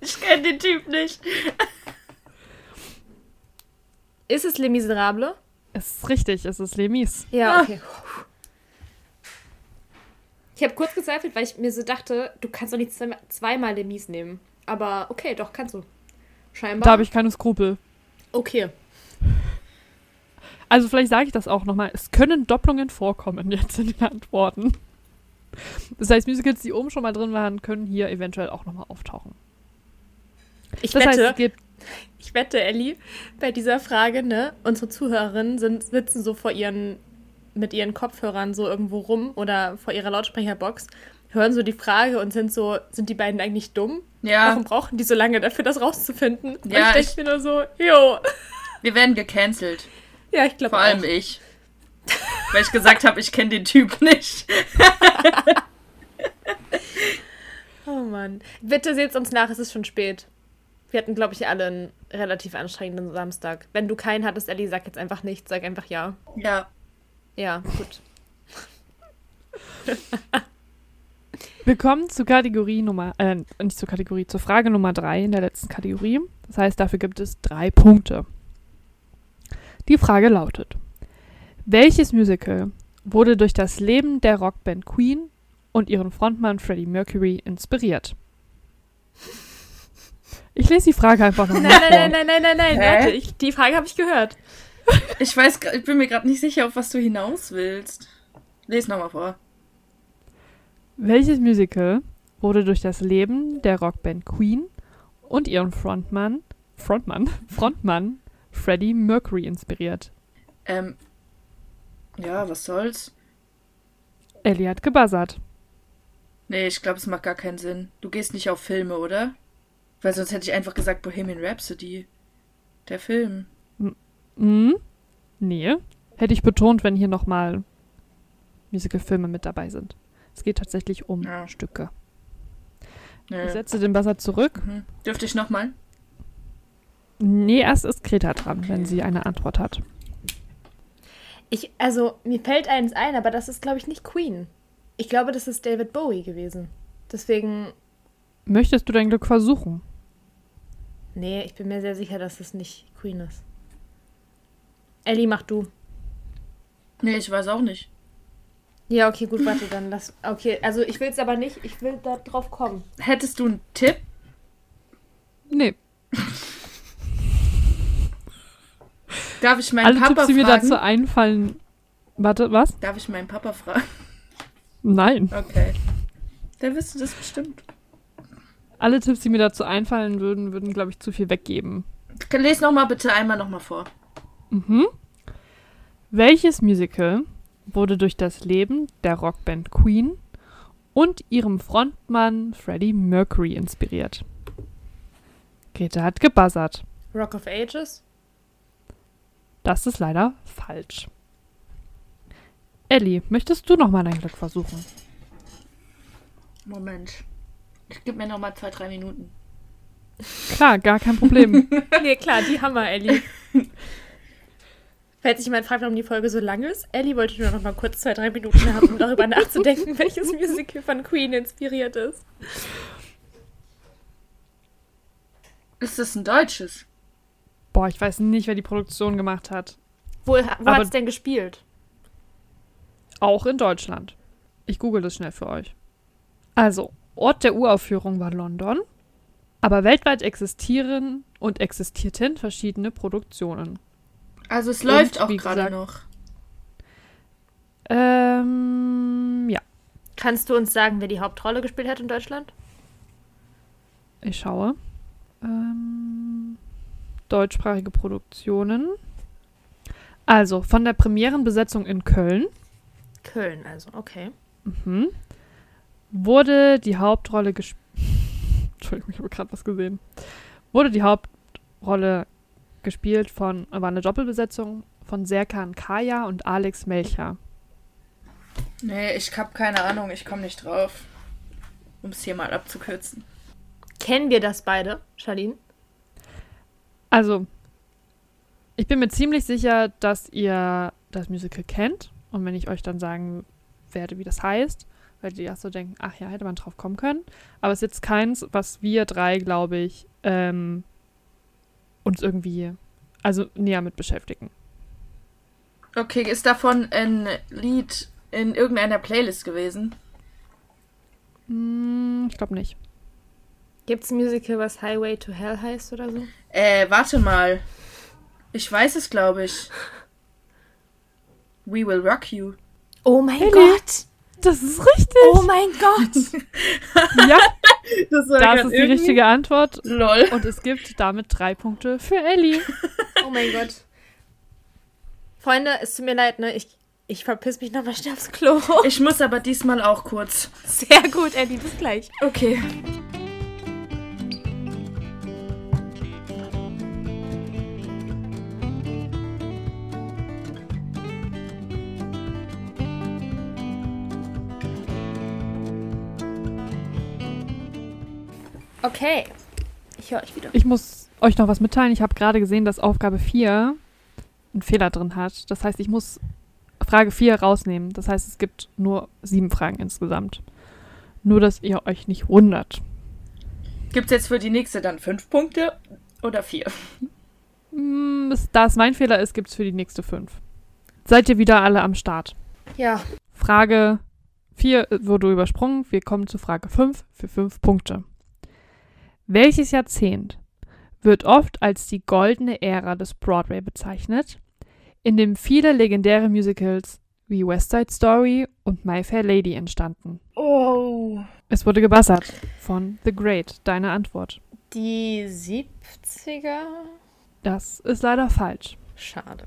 Speaker 4: ich kenne den Typ nicht.
Speaker 3: Ist es Les Miserables?
Speaker 2: Es ist richtig, es ist Les Mis.
Speaker 3: Ja, okay. Ah. Ich habe kurz gezweifelt, weil ich mir so dachte, du kannst doch nicht zwei- zweimal den Mies nehmen. Aber okay, doch, kannst du. Scheinbar.
Speaker 2: Da habe ich keine Skrupel.
Speaker 3: okay.
Speaker 2: Also vielleicht sage ich das auch nochmal. Es können Doppelungen vorkommen jetzt in den Antworten. Das heißt, Musicals, die oben schon mal drin waren, können hier eventuell auch nochmal auftauchen.
Speaker 3: Ich
Speaker 2: das heißt,
Speaker 3: wette,
Speaker 2: es gibt
Speaker 3: ich wette, Ellie, bei dieser Frage, ne, unsere Zuhörerinnen sind, sitzen so vor ihren, mit ihren Kopfhörern so irgendwo rum oder vor ihrer Lautsprecherbox, hören so die Frage und sind so, sind die beiden eigentlich dumm?
Speaker 4: Ja,
Speaker 3: Warum brauchen die so lange dafür, das rauszufinden? Und
Speaker 4: Ja,
Speaker 3: ich
Speaker 4: ich-
Speaker 3: denke mir nur so, jo.
Speaker 4: wir werden gecancelt.
Speaker 3: Ja, ich glaube
Speaker 4: Vor allem ich. Weil ich gesagt habe, ich kenne den Typ nicht.
Speaker 3: Oh Mann. Bitte seht uns nach, es ist schon spät. Wir hatten, glaube ich, alle einen relativ anstrengenden Samstag. Wenn du keinen hattest, Ellie, sag jetzt einfach nichts, sag einfach ja.
Speaker 4: Ja.
Speaker 3: Ja, gut.
Speaker 2: Willkommen zur Kategorie Nummer, äh, nicht zur Kategorie, zur Frage Nummer 3 in der letzten Kategorie. Das heißt, dafür gibt es drei Punkte. Die Frage lautet: Welches Musical wurde durch das Leben der Rockband Queen und ihren Frontmann Freddie Mercury inspiriert? Ich lese die Frage einfach nochmal
Speaker 3: Nein,
Speaker 2: vor.
Speaker 3: nein, nein, nein, nein, nein, nein.
Speaker 4: Hä?
Speaker 3: Warte, ich, die Frage habe ich gehört.
Speaker 4: Ich weiß, gra- ich bin mir gerade nicht sicher, auf was du hinaus willst. Lies nochmal vor.
Speaker 2: Welches Musical wurde durch das Leben der Rockband Queen und ihren Frontmann, Frontmann, Frontmann Freddie Mercury inspiriert?
Speaker 4: Ähm. Ja, was soll's?
Speaker 2: Ellie hat gebuzzert.
Speaker 4: Nee, ich glaube, es macht gar keinen Sinn. Du gehst nicht auf Filme, oder? Weil sonst hätte ich einfach gesagt Bohemian Rhapsody. Der Film.
Speaker 2: Hm? Nee. Hätte ich betont, wenn hier nochmal Musicalfilme mit dabei sind. Es geht tatsächlich um
Speaker 4: Ja.
Speaker 2: Stücke. Ich
Speaker 4: Nee.
Speaker 2: setze den Buzzer zurück.
Speaker 4: Mhm. Dürfte ich nochmal?
Speaker 2: Nee, erst ist Greta dran, wenn sie eine Antwort hat.
Speaker 3: Ich, also, mir fällt eins ein, aber das ist, glaube ich, nicht Queen. Ich glaube, das ist David Bowie gewesen. Deswegen
Speaker 2: Möchtest du dein Glück versuchen?
Speaker 3: Nee, ich bin mir sehr sicher, dass es nicht Queen ist. Ellie, mach du.
Speaker 4: Nee, ich weiß auch nicht.
Speaker 3: Ja, okay, gut, warte, dann lass. Okay, also ich will es aber nicht, ich will da drauf kommen.
Speaker 4: Hättest du einen Tipp?
Speaker 2: Nee.
Speaker 4: Darf ich meinen
Speaker 2: Alle
Speaker 4: Papa
Speaker 2: Tipps, die mir
Speaker 4: fragen?
Speaker 2: dazu einfallen. Warte, was?
Speaker 4: Darf ich meinen Papa fragen?
Speaker 2: Nein.
Speaker 4: Okay. Dann wirst du das bestimmt.
Speaker 2: Alle Tipps, die mir dazu einfallen würden, würden, glaube ich, zu viel weggeben.
Speaker 4: Lies nochmal bitte einmal nochmal vor.
Speaker 2: Mhm. Welches Musical wurde durch das Leben der Rockband Queen und ihrem Frontmann Freddie Mercury inspiriert? Greta hat gebuzzert.
Speaker 3: Rock of Ages?
Speaker 2: Das ist leider falsch. Ellie, möchtest du nochmal dein Glück versuchen?
Speaker 4: Moment. Ich gebe mir nochmal zwei, drei Minuten.
Speaker 2: Klar, gar kein Problem.
Speaker 3: Nee, klar, die haben wir, Ellie. Falls sich jemand fragt, warum die Folge so lang ist, Ellie wollte nur noch mal kurz zwei, drei Minuten haben, um darüber nachzudenken, welches Musical von Queen inspiriert ist.
Speaker 4: Ist das ein deutsches?
Speaker 2: Boah, ich weiß nicht, wer die Produktion gemacht hat.
Speaker 3: Wo, wo hat es denn gespielt?
Speaker 2: Auch in Deutschland. Ich google das schnell für euch. Also, Ort der Uraufführung war London, aber weltweit existieren und existierten verschiedene Produktionen.
Speaker 4: Also es
Speaker 2: Und,
Speaker 4: läuft auch
Speaker 2: wie
Speaker 4: gerade
Speaker 2: gesagt-
Speaker 4: noch.
Speaker 2: Ähm, ja,
Speaker 3: Kannst du uns sagen, wer die Hauptrolle gespielt hat in Deutschland?
Speaker 2: ich schaue. Ähm, deutschsprachige Produktionen. Also, von der Premierenbesetzung in Köln
Speaker 3: Köln, also, okay.
Speaker 2: mhm, wurde die Hauptrolle gespielt. Entschuldigung, ich habe gerade was gesehen. Wurde die Hauptrolle gespielt von, war eine Doppelbesetzung von Serkan Kaya und Alex Melcher.
Speaker 4: Nee, ich hab keine Ahnung, ich komme nicht drauf. Um es hier mal abzukürzen.
Speaker 3: Kennen wir das beide, Charlene?
Speaker 2: Also, ich bin mir ziemlich sicher, dass ihr das Musical kennt. Und wenn ich euch dann sagen werde, wie das heißt, werdet ihr auch so denken, ach ja, hätte man drauf kommen können. Aber es ist jetzt keins, was wir drei, glaube ich, ähm, uns irgendwie, also näher mit beschäftigen.
Speaker 4: Okay, ist davon ein Lied in irgendeiner Playlist gewesen?
Speaker 2: Hm, ich glaube nicht.
Speaker 3: Gibt's ein Musical, was Highway to Hell heißt oder so?
Speaker 4: Äh, warte mal. Ich weiß es, glaube ich. We Will Rock You.
Speaker 3: Oh mein Gott!
Speaker 2: Das ist richtig.
Speaker 3: Oh mein Gott!
Speaker 2: ja,
Speaker 4: Das,
Speaker 2: das ist die richtige Antwort.
Speaker 4: Lol.
Speaker 2: Und es gibt damit drei Punkte für Ellie.
Speaker 3: oh mein Gott. Freunde, es tut mir leid, ne? Ich, ich verpiss mich nochmal schnell aufs Klo.
Speaker 4: Ich muss aber diesmal auch kurz.
Speaker 3: Sehr gut, Ellie, bis gleich.
Speaker 4: Okay.
Speaker 3: Okay. Ich höre euch wieder.
Speaker 2: Ich muss euch noch was mitteilen. Ich habe gerade gesehen, dass Aufgabe 4 einen Fehler drin hat. Das heißt, ich muss Frage 4 rausnehmen. Das heißt, es gibt nur sieben Fragen insgesamt. Nur, dass ihr euch nicht wundert.
Speaker 4: Gibt's jetzt für die nächste dann fünf Punkte oder vier?
Speaker 2: Hm, es- Da es mein Fehler ist, gibt es für die nächste 5. Seid ihr wieder alle am Start?
Speaker 3: Ja.
Speaker 2: Frage 4 wurde übersprungen. Wir kommen zu Frage 5 für 5 Punkte. Welches Jahrzehnt wird oft als die goldene Ära des Broadway bezeichnet, in dem viele legendäre Musicals wie West Side Story und My Fair Lady entstanden?
Speaker 4: Oh.
Speaker 2: Es wurde gebassert von The Great. Deine Antwort.
Speaker 3: Die 70er?
Speaker 2: Das ist leider falsch.
Speaker 3: Schade.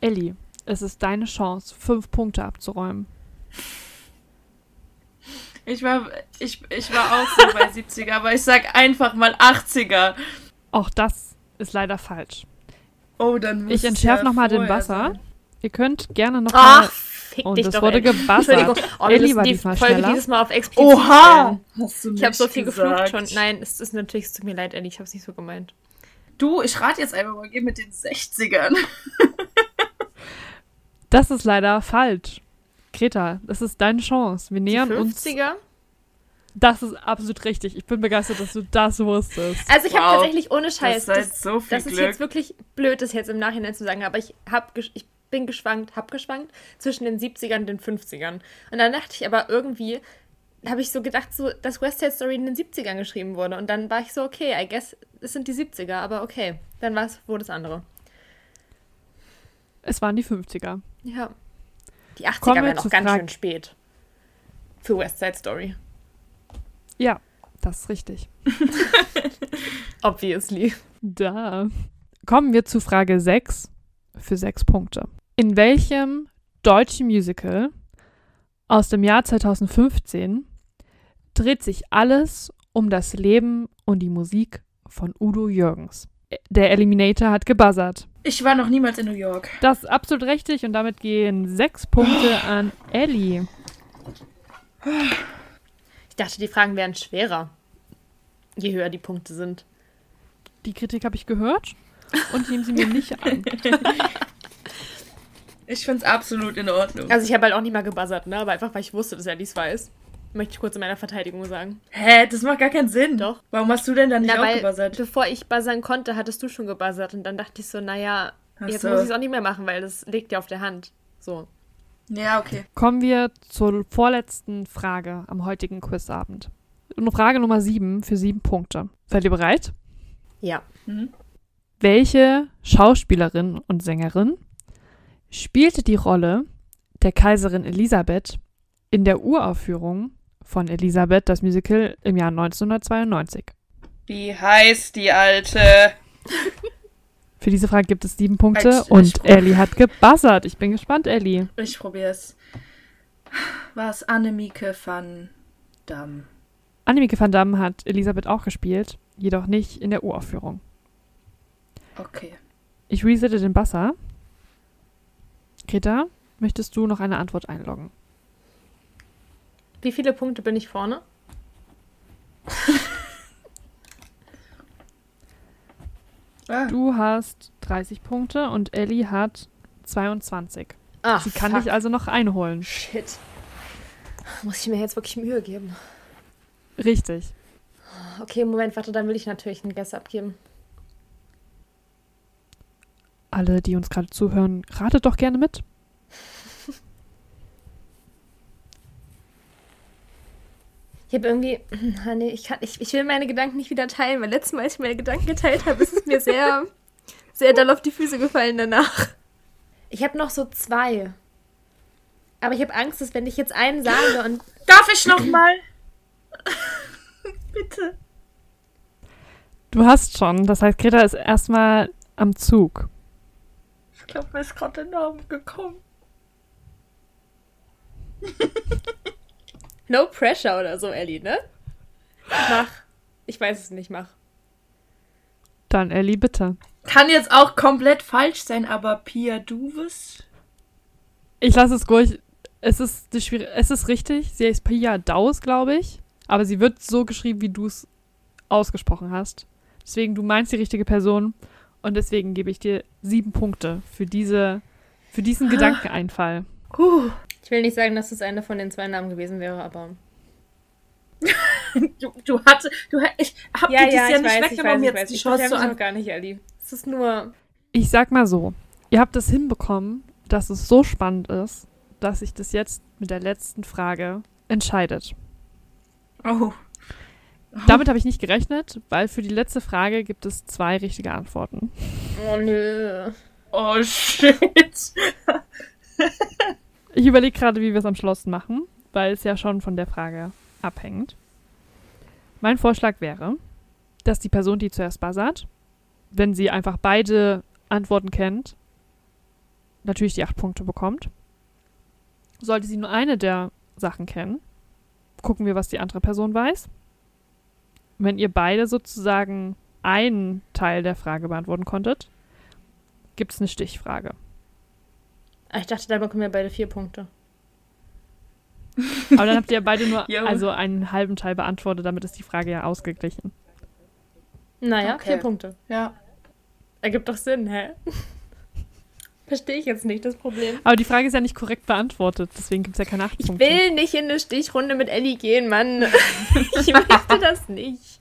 Speaker 2: Ellie, es ist deine Chance, 5 Punkte abzuräumen.
Speaker 4: Ich war, ich, ich war auch so bei 70er, aber ich sag einfach mal 80er.
Speaker 2: Auch das ist leider falsch.
Speaker 4: Oh, dann muss
Speaker 2: Ich
Speaker 4: es
Speaker 2: entschärfe
Speaker 4: ja
Speaker 2: nochmal den
Speaker 4: vorher
Speaker 2: Wasser.
Speaker 4: sein.
Speaker 2: Ihr könnt gerne nochmal.
Speaker 3: Ach, fick
Speaker 2: Ah, Und
Speaker 3: dich
Speaker 2: es
Speaker 3: doch.
Speaker 2: wurde
Speaker 3: Ellie. Entschuldigung.
Speaker 2: gebassert.
Speaker 3: Oh, wir
Speaker 2: Ellie
Speaker 3: müssen
Speaker 2: war
Speaker 3: die
Speaker 2: diesmal
Speaker 3: Folge
Speaker 2: schneller.
Speaker 3: dieses Mal auf explizit
Speaker 4: Oha!
Speaker 3: stellen.
Speaker 4: Hast du
Speaker 3: Ich habe so viel geflucht
Speaker 4: gesagt.
Speaker 3: schon. Nein, es ist natürlich, es tut mir leid, Ellie, ich habe es nicht so gemeint.
Speaker 4: Du, ich rate jetzt einfach mal, geh mit den 60ern.
Speaker 2: Das ist leider falsch. Greta, das ist deine Chance. Wir nähern
Speaker 3: die
Speaker 2: uns
Speaker 3: 50er?
Speaker 2: Das ist absolut richtig. Ich bin begeistert, dass du das wusstest.
Speaker 3: Also ich habe
Speaker 4: Wow.
Speaker 3: tatsächlich ohne Scheiß,
Speaker 4: seid
Speaker 3: das,
Speaker 4: so viel
Speaker 3: das ist
Speaker 4: Glück.
Speaker 3: jetzt wirklich blöd, das jetzt im Nachhinein zu sagen, aber ich hab gesch- ich bin geschwankt, hab geschwankt zwischen den 70ern und den 50ern. Und dann dachte ich aber irgendwie, habe ich so gedacht, so, dass West Side Story in den 70ern geschrieben wurde. Und dann war ich so, okay, I guess, es sind die 70er, aber okay, dann war es wohl das andere.
Speaker 2: Es waren die 50er.
Speaker 3: Ja. Die 80er
Speaker 2: Kommen wir
Speaker 3: wären auch
Speaker 2: zu
Speaker 3: ganz
Speaker 2: Frag-
Speaker 3: schön spät. Für West Side Story.
Speaker 2: Ja, das ist richtig.
Speaker 3: Obviously.
Speaker 2: Da. Kommen wir zu Frage 6 für 6 Punkte. In welchem deutschen Musical aus dem Jahr 2015 dreht sich alles um das Leben und die Musik von Udo Jürgens? Der Eliminator hat gebuzzert.
Speaker 4: Ich war noch niemals in New York.
Speaker 2: Das ist absolut richtig und damit gehen 6 Punkte an Ellie.
Speaker 3: Ich dachte, die Fragen wären schwerer, je höher die Punkte sind.
Speaker 2: Die Kritik habe ich gehört und nehmen sie mir nicht an.
Speaker 4: Ich find's absolut in Ordnung.
Speaker 3: Also ich habe halt auch nicht mal gebuzzert, ne? Aber einfach, weil ich wusste, dass er dies weiß. Möchte ich kurz in meiner Verteidigung sagen.
Speaker 4: Hä, das macht gar keinen Sinn.
Speaker 3: Doch.
Speaker 4: Warum hast du denn dann nicht
Speaker 3: Na, weil
Speaker 4: aufgebuzzert?
Speaker 3: bevor ich buzzern konnte, hattest du schon gebuzzert. Und dann dachte ich so, naja,
Speaker 4: Ach
Speaker 3: jetzt
Speaker 4: so.
Speaker 3: muss ich es auch nicht mehr machen, weil das liegt ja auf der Hand. So.
Speaker 4: Ja, okay.
Speaker 2: Kommen wir zur vorletzten Frage am heutigen Quizabend. Und Frage Nummer 7 für 7 Punkte. Seid ihr bereit?
Speaker 3: Ja.
Speaker 2: Welche Schauspielerin und Sängerin spielte die Rolle der Kaiserin Elisabeth in der Uraufführung von Elisabeth, das Musical, im Jahr 1992?
Speaker 4: Wie heißt die alte?
Speaker 2: Für diese Frage gibt es sieben Punkte
Speaker 4: Als- als
Speaker 2: und
Speaker 4: Spruch.
Speaker 2: Ellie hat gebuzzert. Ich bin gespannt, Ellie.
Speaker 4: Ich probier's. War's Annemieke van Damme?
Speaker 2: Annemieke van Damme hat Elisabeth auch gespielt, jedoch nicht in der Uraufführung.
Speaker 4: Okay.
Speaker 2: Ich resette den Basser. Greta, möchtest du noch eine Antwort einloggen?
Speaker 3: Wie viele Punkte bin ich vorne?
Speaker 4: Ah,
Speaker 2: Du hast 30 Punkte und Ellie hat 22.
Speaker 3: Ach,
Speaker 2: Sie kann
Speaker 3: Ah, fuck.
Speaker 2: dich also noch einholen.
Speaker 3: Shit. Muss ich mir jetzt wirklich Mühe geben.
Speaker 2: Richtig.
Speaker 3: Okay, Moment, warte, dann will ich natürlich einen Guess abgeben.
Speaker 2: Alle, die uns gerade zuhören, ratet doch gerne mit.
Speaker 3: Ich habe irgendwie. Ah, nee, ich, kann, ich, ich will meine Gedanken nicht wieder teilen, weil letztes Mal, als ich meine Gedanken geteilt habe, ist es mir sehr, sehr doll auf die Füße gefallen danach. Ich habe noch so zwei. Aber ich habe Angst, dass wenn ich jetzt einen sage und.
Speaker 4: Darf ich noch mal? Bitte.
Speaker 2: Du hast schon. Das heißt, Greta ist erstmal am Zug.
Speaker 4: Ich glaube, mir ist gerade der Name gekommen.
Speaker 3: No pressure oder so, Ellie, ne? Mach. Ich weiß es nicht, mach.
Speaker 2: Dann Ellie, bitte.
Speaker 4: Kann jetzt auch komplett falsch sein, aber Pia Duves?
Speaker 2: Ich lasse es ruhig. Es ist, die schwier- es ist richtig. Sie ist Pia Daus, glaube ich. Aber sie wird so geschrieben, wie du es ausgesprochen hast. Deswegen, du meinst die richtige Person. Und deswegen gebe ich dir sieben Punkte für, diese, für diesen Gedankeneinfall.
Speaker 4: Huh.
Speaker 3: Ich will nicht sagen, dass es einer von den zwei Namen gewesen wäre, aber.
Speaker 4: Du, du hattest, du, ha- ich hab dir das ja nicht weggenommen, jetzt die Chance zu
Speaker 3: Ich noch
Speaker 4: an.
Speaker 3: gar nicht, Ellie. Es ist nur.
Speaker 2: Ich sag mal so: Ihr habt es hinbekommen, dass es so spannend ist, dass sich das jetzt mit der letzten Frage entscheidet.
Speaker 4: Oh.
Speaker 2: Damit habe ich nicht gerechnet, weil für die letzte Frage gibt es zwei richtige Antworten.
Speaker 3: Oh nö.
Speaker 4: Oh shit.
Speaker 2: Ich überlege gerade, wie wir es am Schluss machen, weil es ja schon von der Frage abhängt. Mein Vorschlag wäre, dass die Person, die zuerst buzzert, wenn sie einfach beide Antworten kennt, natürlich die acht Punkte bekommt. Sollte sie nur eine der Sachen kennen, gucken wir, was die andere Person weiß. Wenn ihr beide sozusagen einen Teil der Frage beantworten konntet, gibt es eine Stichfrage.
Speaker 3: Ah, Ich dachte, da bekommen wir beide vier Punkte.
Speaker 2: Aber dann habt ihr beide nur
Speaker 4: Jo.
Speaker 2: also einen halben Teil beantwortet, damit ist die Frage ja ausgeglichen.
Speaker 3: Naja,
Speaker 4: Okay.
Speaker 3: vier Punkte.
Speaker 4: Ja.
Speaker 3: Ergibt doch Sinn, hä? Verstehe ich jetzt nicht, das Problem.
Speaker 2: Aber die Frage ist ja nicht korrekt beantwortet, deswegen gibt es ja keine acht
Speaker 3: Ich
Speaker 2: Punkte.
Speaker 3: will nicht in eine Stichrunde mit Ellie gehen, Mann. ich möchte das nicht.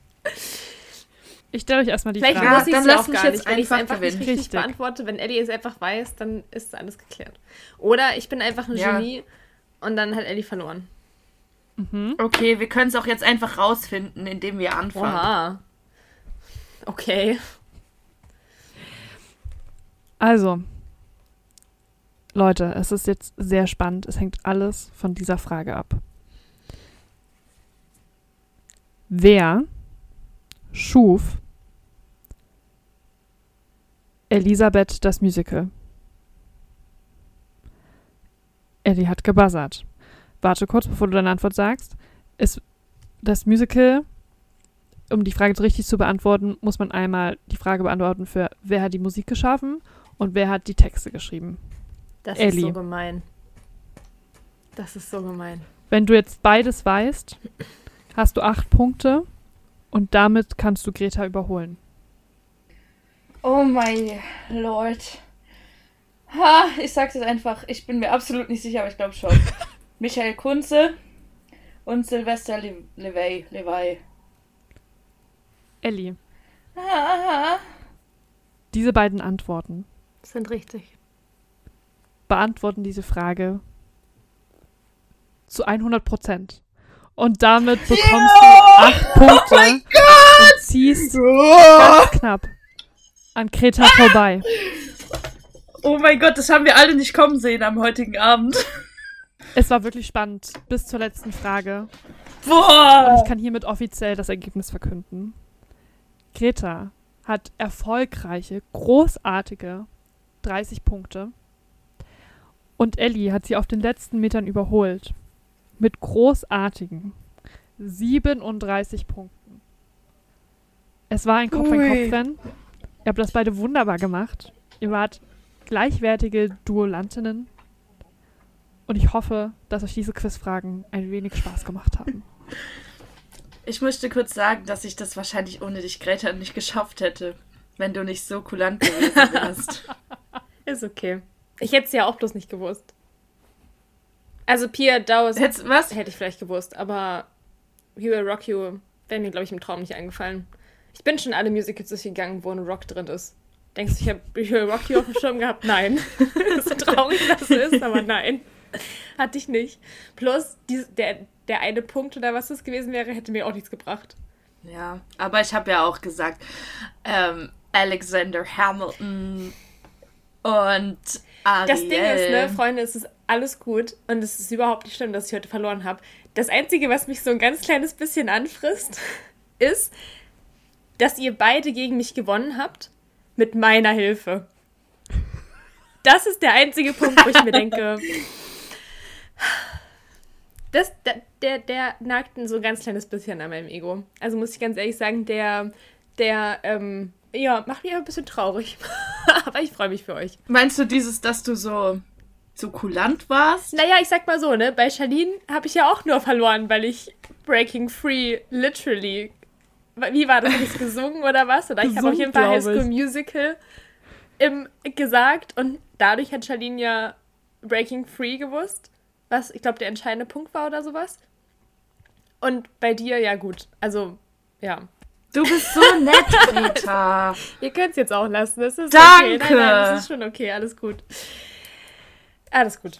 Speaker 2: Ich stelle euch erstmal die
Speaker 3: Vielleicht
Speaker 2: Frage.
Speaker 3: muss ich
Speaker 6: dann
Speaker 3: es ja
Speaker 6: lass
Speaker 3: auch
Speaker 6: mich
Speaker 3: gar
Speaker 6: jetzt
Speaker 3: nicht, wenn ich es
Speaker 6: einfach
Speaker 3: einfach nicht
Speaker 6: gewinnen.
Speaker 3: richtig,
Speaker 2: Richtig.
Speaker 3: beantworte. Wenn Ellie es einfach weiß, dann ist alles geklärt. Oder ich bin einfach ein
Speaker 4: Ja.
Speaker 3: Genie und dann hat Ellie verloren.
Speaker 4: Okay, wir können es auch jetzt einfach rausfinden, indem wir anfangen.
Speaker 3: Oha. Okay.
Speaker 2: Also, Leute, es ist jetzt sehr spannend. Es hängt alles von dieser Frage ab. Wer schuf Elisabeth das Musical? Ellie hat gebuzzert. Warte kurz, bevor du deine Antwort sagst. Ist das Musical um die Frage richtig zu beantworten, muss man einmal die Frage beantworten für wer hat die Musik geschaffen und wer hat die Texte geschrieben.
Speaker 3: Das ist
Speaker 2: Ellie.
Speaker 3: so gemein. Das ist so gemein.
Speaker 2: Wenn du jetzt beides weißt, hast du acht Punkte und damit kannst du Greta überholen.
Speaker 4: Oh mein Lord. Ha, ich sag's jetzt einfach. Ich bin mir absolut nicht sicher, aber ich glaube schon. Michael Kunze und Sylvester Le Levey. Levey.
Speaker 2: Ellie,
Speaker 4: Ah,
Speaker 2: diese beiden Antworten
Speaker 3: Sind richtig.
Speaker 2: beantworten diese Frage zu 100 Prozent. Und damit bekommst du acht Punkte und ziehst ganz knapp an Greta vorbei.
Speaker 4: Oh mein Gott, das haben wir alle nicht kommen sehen am heutigen Abend.
Speaker 2: Es war wirklich spannend bis zur letzten Frage. Und
Speaker 4: Boah!
Speaker 2: ich kann hiermit offiziell das Ergebnis verkünden. Greta hat erfolgreiche, großartige 30 Punkte. Und Ellie hat sie auf den letzten Metern überholt. Mit großartigen 37 Punkten. Es war ein Kopf-an-Kopf-Rennen. Ihr habt das beide wunderbar gemacht. Ihr wart gleichwertige Duolantinnen. Und ich hoffe, dass euch diese Quizfragen ein wenig Spaß gemacht haben.
Speaker 4: Ich möchte kurz sagen, dass ich das wahrscheinlich ohne dich, Greta, nicht geschafft hätte, wenn du nicht so kulant gewesen wärst.
Speaker 3: Ist okay. Ich hätte es ja auch bloß nicht gewusst. Also Pia Daus hätte
Speaker 4: Jetzt, was?
Speaker 3: ich vielleicht gewusst, aber We Will Rock You wäre mir, glaube ich, im Traum nicht eingefallen. Ich bin schon alle Musicals durchgegangen, wo ein Rock drin ist. Denkst du, ich habe We Will Rock You auf dem Schirm gehabt? Nein. so traurig das ist, aber nein. Hatte ich nicht. Plus, dies- der, der eine Punkt oder was das gewesen wäre, hätte mir auch nichts gebracht.
Speaker 4: Ja, aber ich habe ja auch gesagt, ähm, Alexander Hamilton und Ariel.
Speaker 3: Das Ding ist, ne, Freunde, es ist alles gut und es ist überhaupt nicht schlimm, dass ich heute verloren habe. Das Einzige, was mich so ein ganz kleines bisschen anfrisst, ist, dass ihr beide gegen mich gewonnen habt mit meiner Hilfe. Das ist der einzige Punkt, wo ich mir denke. Das, der, der, der nagt ein so ganz kleines bisschen an meinem Ego. Also muss ich ganz ehrlich sagen, der, der, ähm, ja, macht mich ein bisschen traurig. Aber ich freue mich für euch.
Speaker 4: Meinst du dieses, dass du so, so kulant warst?
Speaker 3: Naja, ich sag mal so, ne? Bei Charlene habe ich ja auch nur verloren, weil ich Breaking Free literally. Wie war das? Hab ich's gesungen oder was? Oder ich habe auf
Speaker 2: Gesungen,
Speaker 3: jeden Fall High
Speaker 2: glaub ich.
Speaker 3: School Musical im, gesagt und dadurch hat Charlene ja Breaking Free gewusst, was ich glaube der entscheidende Punkt war oder sowas. Und bei dir, ja gut. Also, ja.
Speaker 4: Du bist so nett, Greta.
Speaker 3: Ihr könnt es jetzt auch lassen. Das ist okay. Nein,
Speaker 4: Danke.
Speaker 3: nein, das ist schon okay. Alles gut. Alles gut.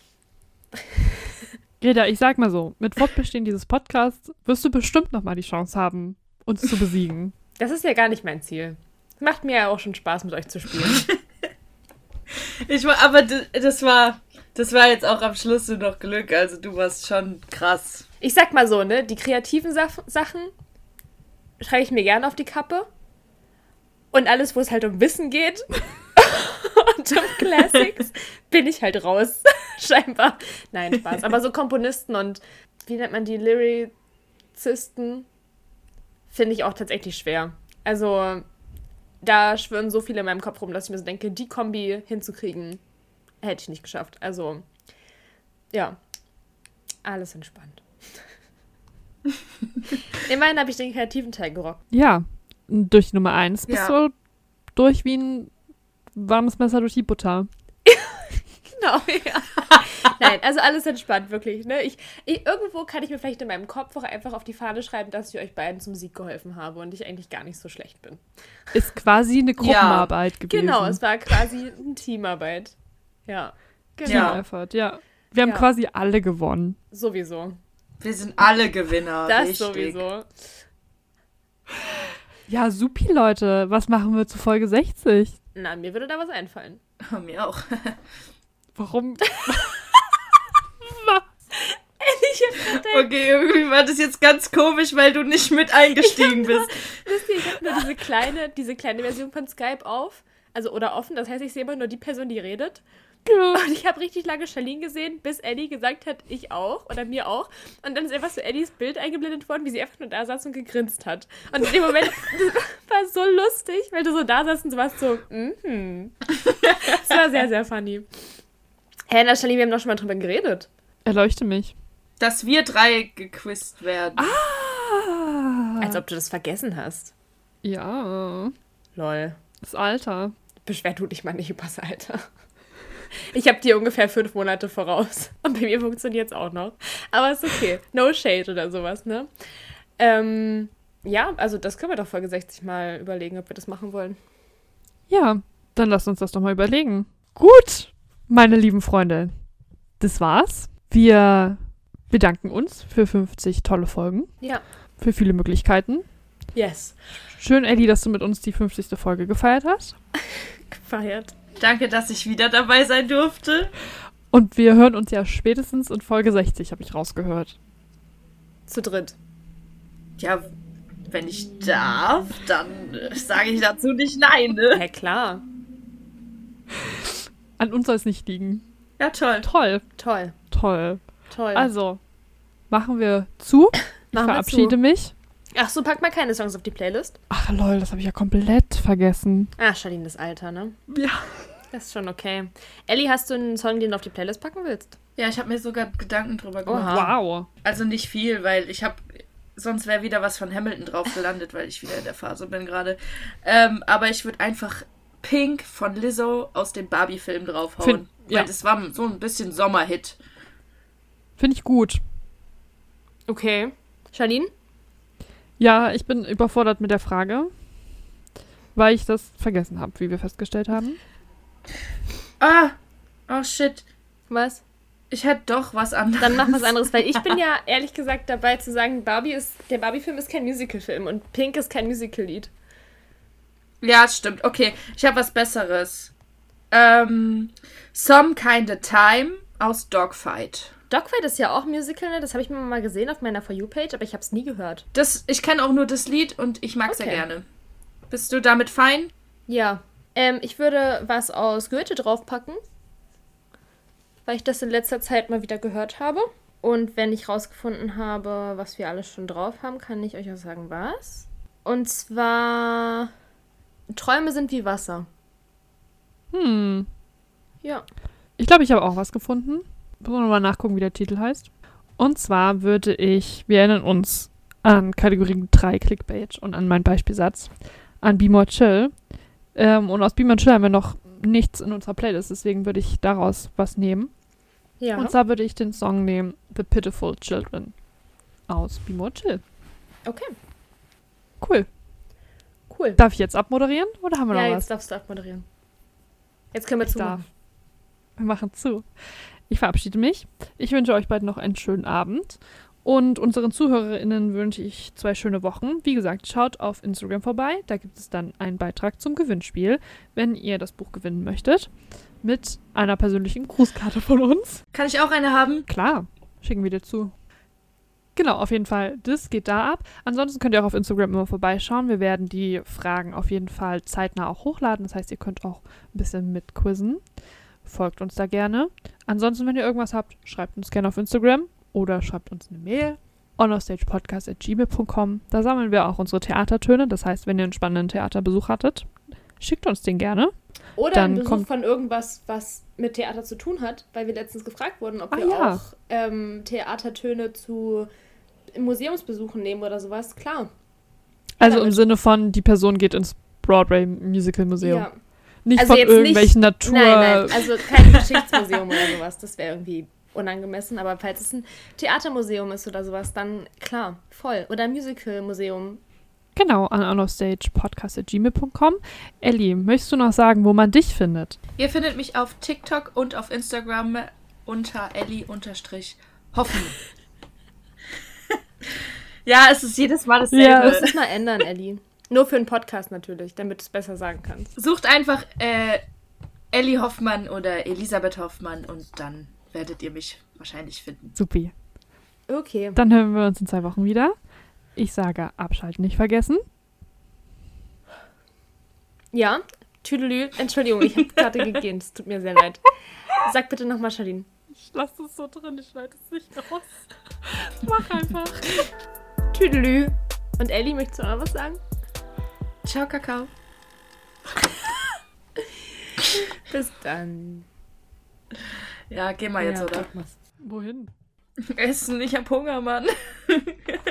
Speaker 2: Greta, ich sag mal so, mit Fortbestehen dieses Podcasts wirst du bestimmt nochmal die Chance haben, uns zu besiegen.
Speaker 3: Das ist ja gar nicht mein Ziel. Es macht mir ja auch schon Spaß, mit euch zu spielen.
Speaker 4: Ich war, aber d- das war, das war jetzt auch am Schluss nur noch Glück. Also du warst schon krass.
Speaker 3: ich sag mal so, ne? Die kreativen Saf- Sachen schreibe ich mir gerne auf die Kappe. Und alles, wo es halt um Wissen geht und um Classics, bin ich halt raus. Scheinbar. Nein, Spaß. Aber so Komponisten und wie nennt man die Lyricisten, finde ich auch tatsächlich schwer. Also da schwirren so viele in meinem Kopf rum, dass ich mir so denke, die Kombi hinzukriegen, hätte ich nicht geschafft. Also ja, alles entspannt. Immerhin habe ich den kreativen Teil gerockt.
Speaker 2: Ja, durch die Nummer eins bist
Speaker 4: Ja.
Speaker 2: du durch wie ein warmes Messer durch die Butter.
Speaker 3: Genau, ja. Nein, also alles entspannt, wirklich. Ne? Ich, ich, irgendwo kann ich mir vielleicht in meinem Kopf auch einfach auf die Fahne schreiben, dass ich euch beiden zum Sieg geholfen habe und ich eigentlich gar nicht so schlecht bin.
Speaker 2: Ist quasi eine Gruppenarbeit gewesen.
Speaker 3: Genau, es war quasi eine Teamarbeit. Ja, genau.
Speaker 4: Ja.
Speaker 2: Teameffort, ja. Wir haben
Speaker 3: Ja.
Speaker 2: quasi alle gewonnen.
Speaker 3: sowieso.
Speaker 4: Wir sind alle Gewinner.
Speaker 3: Das
Speaker 4: richtig.
Speaker 3: sowieso.
Speaker 2: Ja, supi, Leute. Was machen wir zu Folge 60?
Speaker 3: Na, mir würde da was einfallen.
Speaker 4: Mir auch.
Speaker 2: Warum?
Speaker 4: Okay, irgendwie war das jetzt ganz komisch, weil du nicht mit eingestiegen bist.
Speaker 3: Wisst ihr, ich habe nur diese kleine, diese kleine Version von Skype auf. Also oder offen, das heißt, ich sehe immer nur die Person, die redet. Und ich habe richtig lange Charlene gesehen, bis Eddie gesagt hat, ich auch oder mir auch. Und dann ist einfach so Eddies Bild eingeblendet worden, wie sie einfach nur da saß und gegrinst hat. Und in dem Moment das war so lustig, weil du so da saßt und so warst so, mhm. Das war sehr, sehr funny. Hey, na Charlene, wir haben doch schon mal drüber geredet.
Speaker 2: Erleuchte mich.
Speaker 4: Dass wir drei gequist werden.
Speaker 3: Als ob du das vergessen hast.
Speaker 2: Ja,
Speaker 3: Lol.
Speaker 2: das Alter.
Speaker 3: Beschwer du dich mal nicht übers Alter. Ich habe dir ungefähr fünf Monate voraus. Und bei mir funktioniert es auch noch. Aber ist okay. No shade oder sowas, ne? Ähm, ja, also das können wir doch Folge 60 mal überlegen, ob wir das machen wollen.
Speaker 2: Ja, dann lasst uns das doch mal überlegen. Gut, meine lieben Freunde, das war's. Wir bedanken uns für 50 tolle Folgen,
Speaker 3: Ja.
Speaker 2: für viele Möglichkeiten.
Speaker 3: Yes.
Speaker 2: Schön, Ellie, dass du mit uns die 50. Folge gefeiert hast.
Speaker 3: Gefeiert.
Speaker 4: Danke, dass ich wieder dabei sein durfte.
Speaker 2: Und wir hören uns ja spätestens in Folge 60, habe ich rausgehört.
Speaker 3: Zu dritt.
Speaker 4: Ja, wenn ich darf, dann äh, sage ich dazu nicht nein, ne?
Speaker 3: Ja, klar.
Speaker 2: An uns soll es nicht liegen.
Speaker 4: Ja, toll.
Speaker 2: Toll,
Speaker 3: Toll.
Speaker 2: toll.
Speaker 3: Toll.
Speaker 2: Also, machen wir zu. Ich
Speaker 3: Machen wir
Speaker 2: verabschiede
Speaker 3: zu.
Speaker 2: mich.
Speaker 3: Ach so, pack mal keine Songs auf die Playlist.
Speaker 2: Ach lol, das habe ich ja komplett vergessen.
Speaker 3: Ah, Charlene, das Alter, ne?
Speaker 2: Ja.
Speaker 3: Das ist schon okay. Ellie, hast du einen Song, den du auf die Playlist packen willst?
Speaker 4: Ja, ich habe mir sogar Gedanken drüber gemacht.
Speaker 3: Oha.
Speaker 2: Wow.
Speaker 4: Also nicht viel, weil ich habe. Sonst wäre wieder was von Hamilton drauf gelandet, weil ich wieder in der Phase bin gerade. Ähm, aber ich würde einfach Pink von Lizzo aus dem Barbie-Film draufhauen.
Speaker 2: Find- ja.
Speaker 4: Weil das war so ein bisschen Sommerhit.
Speaker 2: Finde ich gut.
Speaker 3: Okay. Charlene?
Speaker 2: Ja, ich bin überfordert mit der Frage, weil ich das vergessen habe, wie wir festgestellt haben.
Speaker 4: Ah! Oh shit.
Speaker 3: Was?
Speaker 4: Ich hätte doch was anderes.
Speaker 3: Dann mach was anderes, weil ich bin ja ehrlich gesagt dabei zu sagen, Barbie ist, der Barbie-Film ist kein Musical-Film und Pink ist kein Musical-Lied.
Speaker 4: Ja, stimmt. Okay, ich habe was Besseres. Ähm, Some Kinda Time aus Dogfight.
Speaker 3: Dogfight ist ja auch Musical, ne? das habe ich mir mal gesehen auf meiner For You-Page, aber ich habe es nie gehört.
Speaker 4: Das, ich kenne auch nur das Lied und ich mag sehr
Speaker 3: Okay.
Speaker 4: gerne. Bist du damit fein?
Speaker 3: Ja. Ähm, ich würde was aus Goethe draufpacken, weil ich das in letzter Zeit mal wieder gehört habe. Und wenn ich rausgefunden habe, was wir alles schon drauf haben, kann ich euch auch sagen, was. Und zwar Träume sind wie Wasser.
Speaker 2: Hm.
Speaker 3: Ja.
Speaker 2: Ich glaube, ich habe auch was gefunden. Muss man mal nachgucken, wie der Titel heißt. Und zwar würde ich, wir erinnern uns an Kategorie 3 Clickbait und an meinen Beispielsatz, an Be More Chill. Ähm, und aus Be More Chill haben wir noch nichts in unserer Playlist, deswegen würde ich daraus was nehmen.
Speaker 3: Ja.
Speaker 2: Und zwar würde ich den Song nehmen The Pitiful Children aus Be More Chill.
Speaker 3: Okay,
Speaker 2: Cool.
Speaker 3: cool.
Speaker 2: Darf ich jetzt abmoderieren oder haben wir
Speaker 3: Ja,
Speaker 2: noch was?
Speaker 3: jetzt darfst du abmoderieren. Jetzt können wir
Speaker 2: Ich
Speaker 3: zu.
Speaker 2: darf. Wir machen zu. Ich verabschiede mich. Ich wünsche euch beiden noch einen schönen Abend. Und unseren ZuhörerInnen wünsche ich zwei schöne Wochen. Wie gesagt, schaut auf Instagram vorbei. Da gibt es dann einen Beitrag zum Gewinnspiel, wenn ihr das Buch gewinnen möchtet. Mit einer persönlichen Grußkarte von uns.
Speaker 4: Kann ich auch eine haben?
Speaker 2: Klar, schicken wir dir zu. Genau, auf jeden Fall. Das geht da ab. Ansonsten könnt ihr auch auf Instagram immer vorbeischauen. Wir werden die Fragen auf jeden Fall zeitnah auch hochladen. Das heißt, ihr könnt auch ein bisschen mitquizzen. Folgt uns da gerne. Ansonsten, wenn ihr irgendwas habt, schreibt uns gerne auf Instagram oder schreibt uns eine Mail. onostagepodcast.gmail.com Da sammeln wir auch unsere Theatertöne. Das heißt, wenn ihr einen spannenden Theaterbesuch hattet, schickt uns den gerne.
Speaker 3: Oder
Speaker 2: Dann
Speaker 3: ein Besuch
Speaker 2: kommt-
Speaker 3: von irgendwas, was mit Theater zu tun hat, weil wir letztens gefragt wurden, ob
Speaker 2: Ah,
Speaker 3: wir
Speaker 2: ja.
Speaker 3: auch ähm, Theatertöne zu Museumsbesuchen nehmen oder sowas. Klar.
Speaker 2: Also im
Speaker 3: damit.
Speaker 2: Sinne von, die Person geht ins Broadway Musical Museum.
Speaker 3: Ja.
Speaker 2: Nicht
Speaker 3: Also
Speaker 2: von
Speaker 3: jetzt nicht-
Speaker 2: irgendwelchen Natur.
Speaker 3: Nein, nein, also kein Geschichtsmuseum oder sowas. Das wäre irgendwie unangemessen. Aber falls es ein Theatermuseum ist oder sowas, dann klar, voll. Oder ein Musicalmuseum.
Speaker 2: Genau, an onofstagepodcast.gmail.com. Ellie, möchtest du noch sagen, wo man dich findet?
Speaker 4: Ihr findet mich auf TikTok und auf Instagram unter Ellie-Hoffen. ja, es ist jedes Mal dasselbe.
Speaker 2: Ja,
Speaker 3: Muss es mal ändern, Ellie. Nur für einen Podcast natürlich, damit du es besser sagen kannst.
Speaker 4: Sucht einfach äh, Ellie Hoffmann oder Elisabeth Hoffmann und dann werdet ihr mich wahrscheinlich finden.
Speaker 2: Supi.
Speaker 3: Okay.
Speaker 2: Dann hören wir uns in zwei Wochen wieder. Ich sage, abschalten nicht vergessen.
Speaker 3: Ja, Tüdelü. Entschuldigung, ich habe gerade gegeben. Es tut mir sehr leid. Sag bitte nochmal, Charlene.
Speaker 2: Ich lasse es so drin, ich schneide es nicht raus. Mach einfach.
Speaker 3: Tüdelü. Und Ellie, möchtest du auch noch was sagen?
Speaker 4: Ciao, Kakao.
Speaker 3: Bis dann.
Speaker 4: Ja, geh mal jetzt,
Speaker 3: Ja,
Speaker 4: oder?
Speaker 3: mach mal's.
Speaker 2: Wohin?
Speaker 4: Essen, ich hab Hunger, Mann.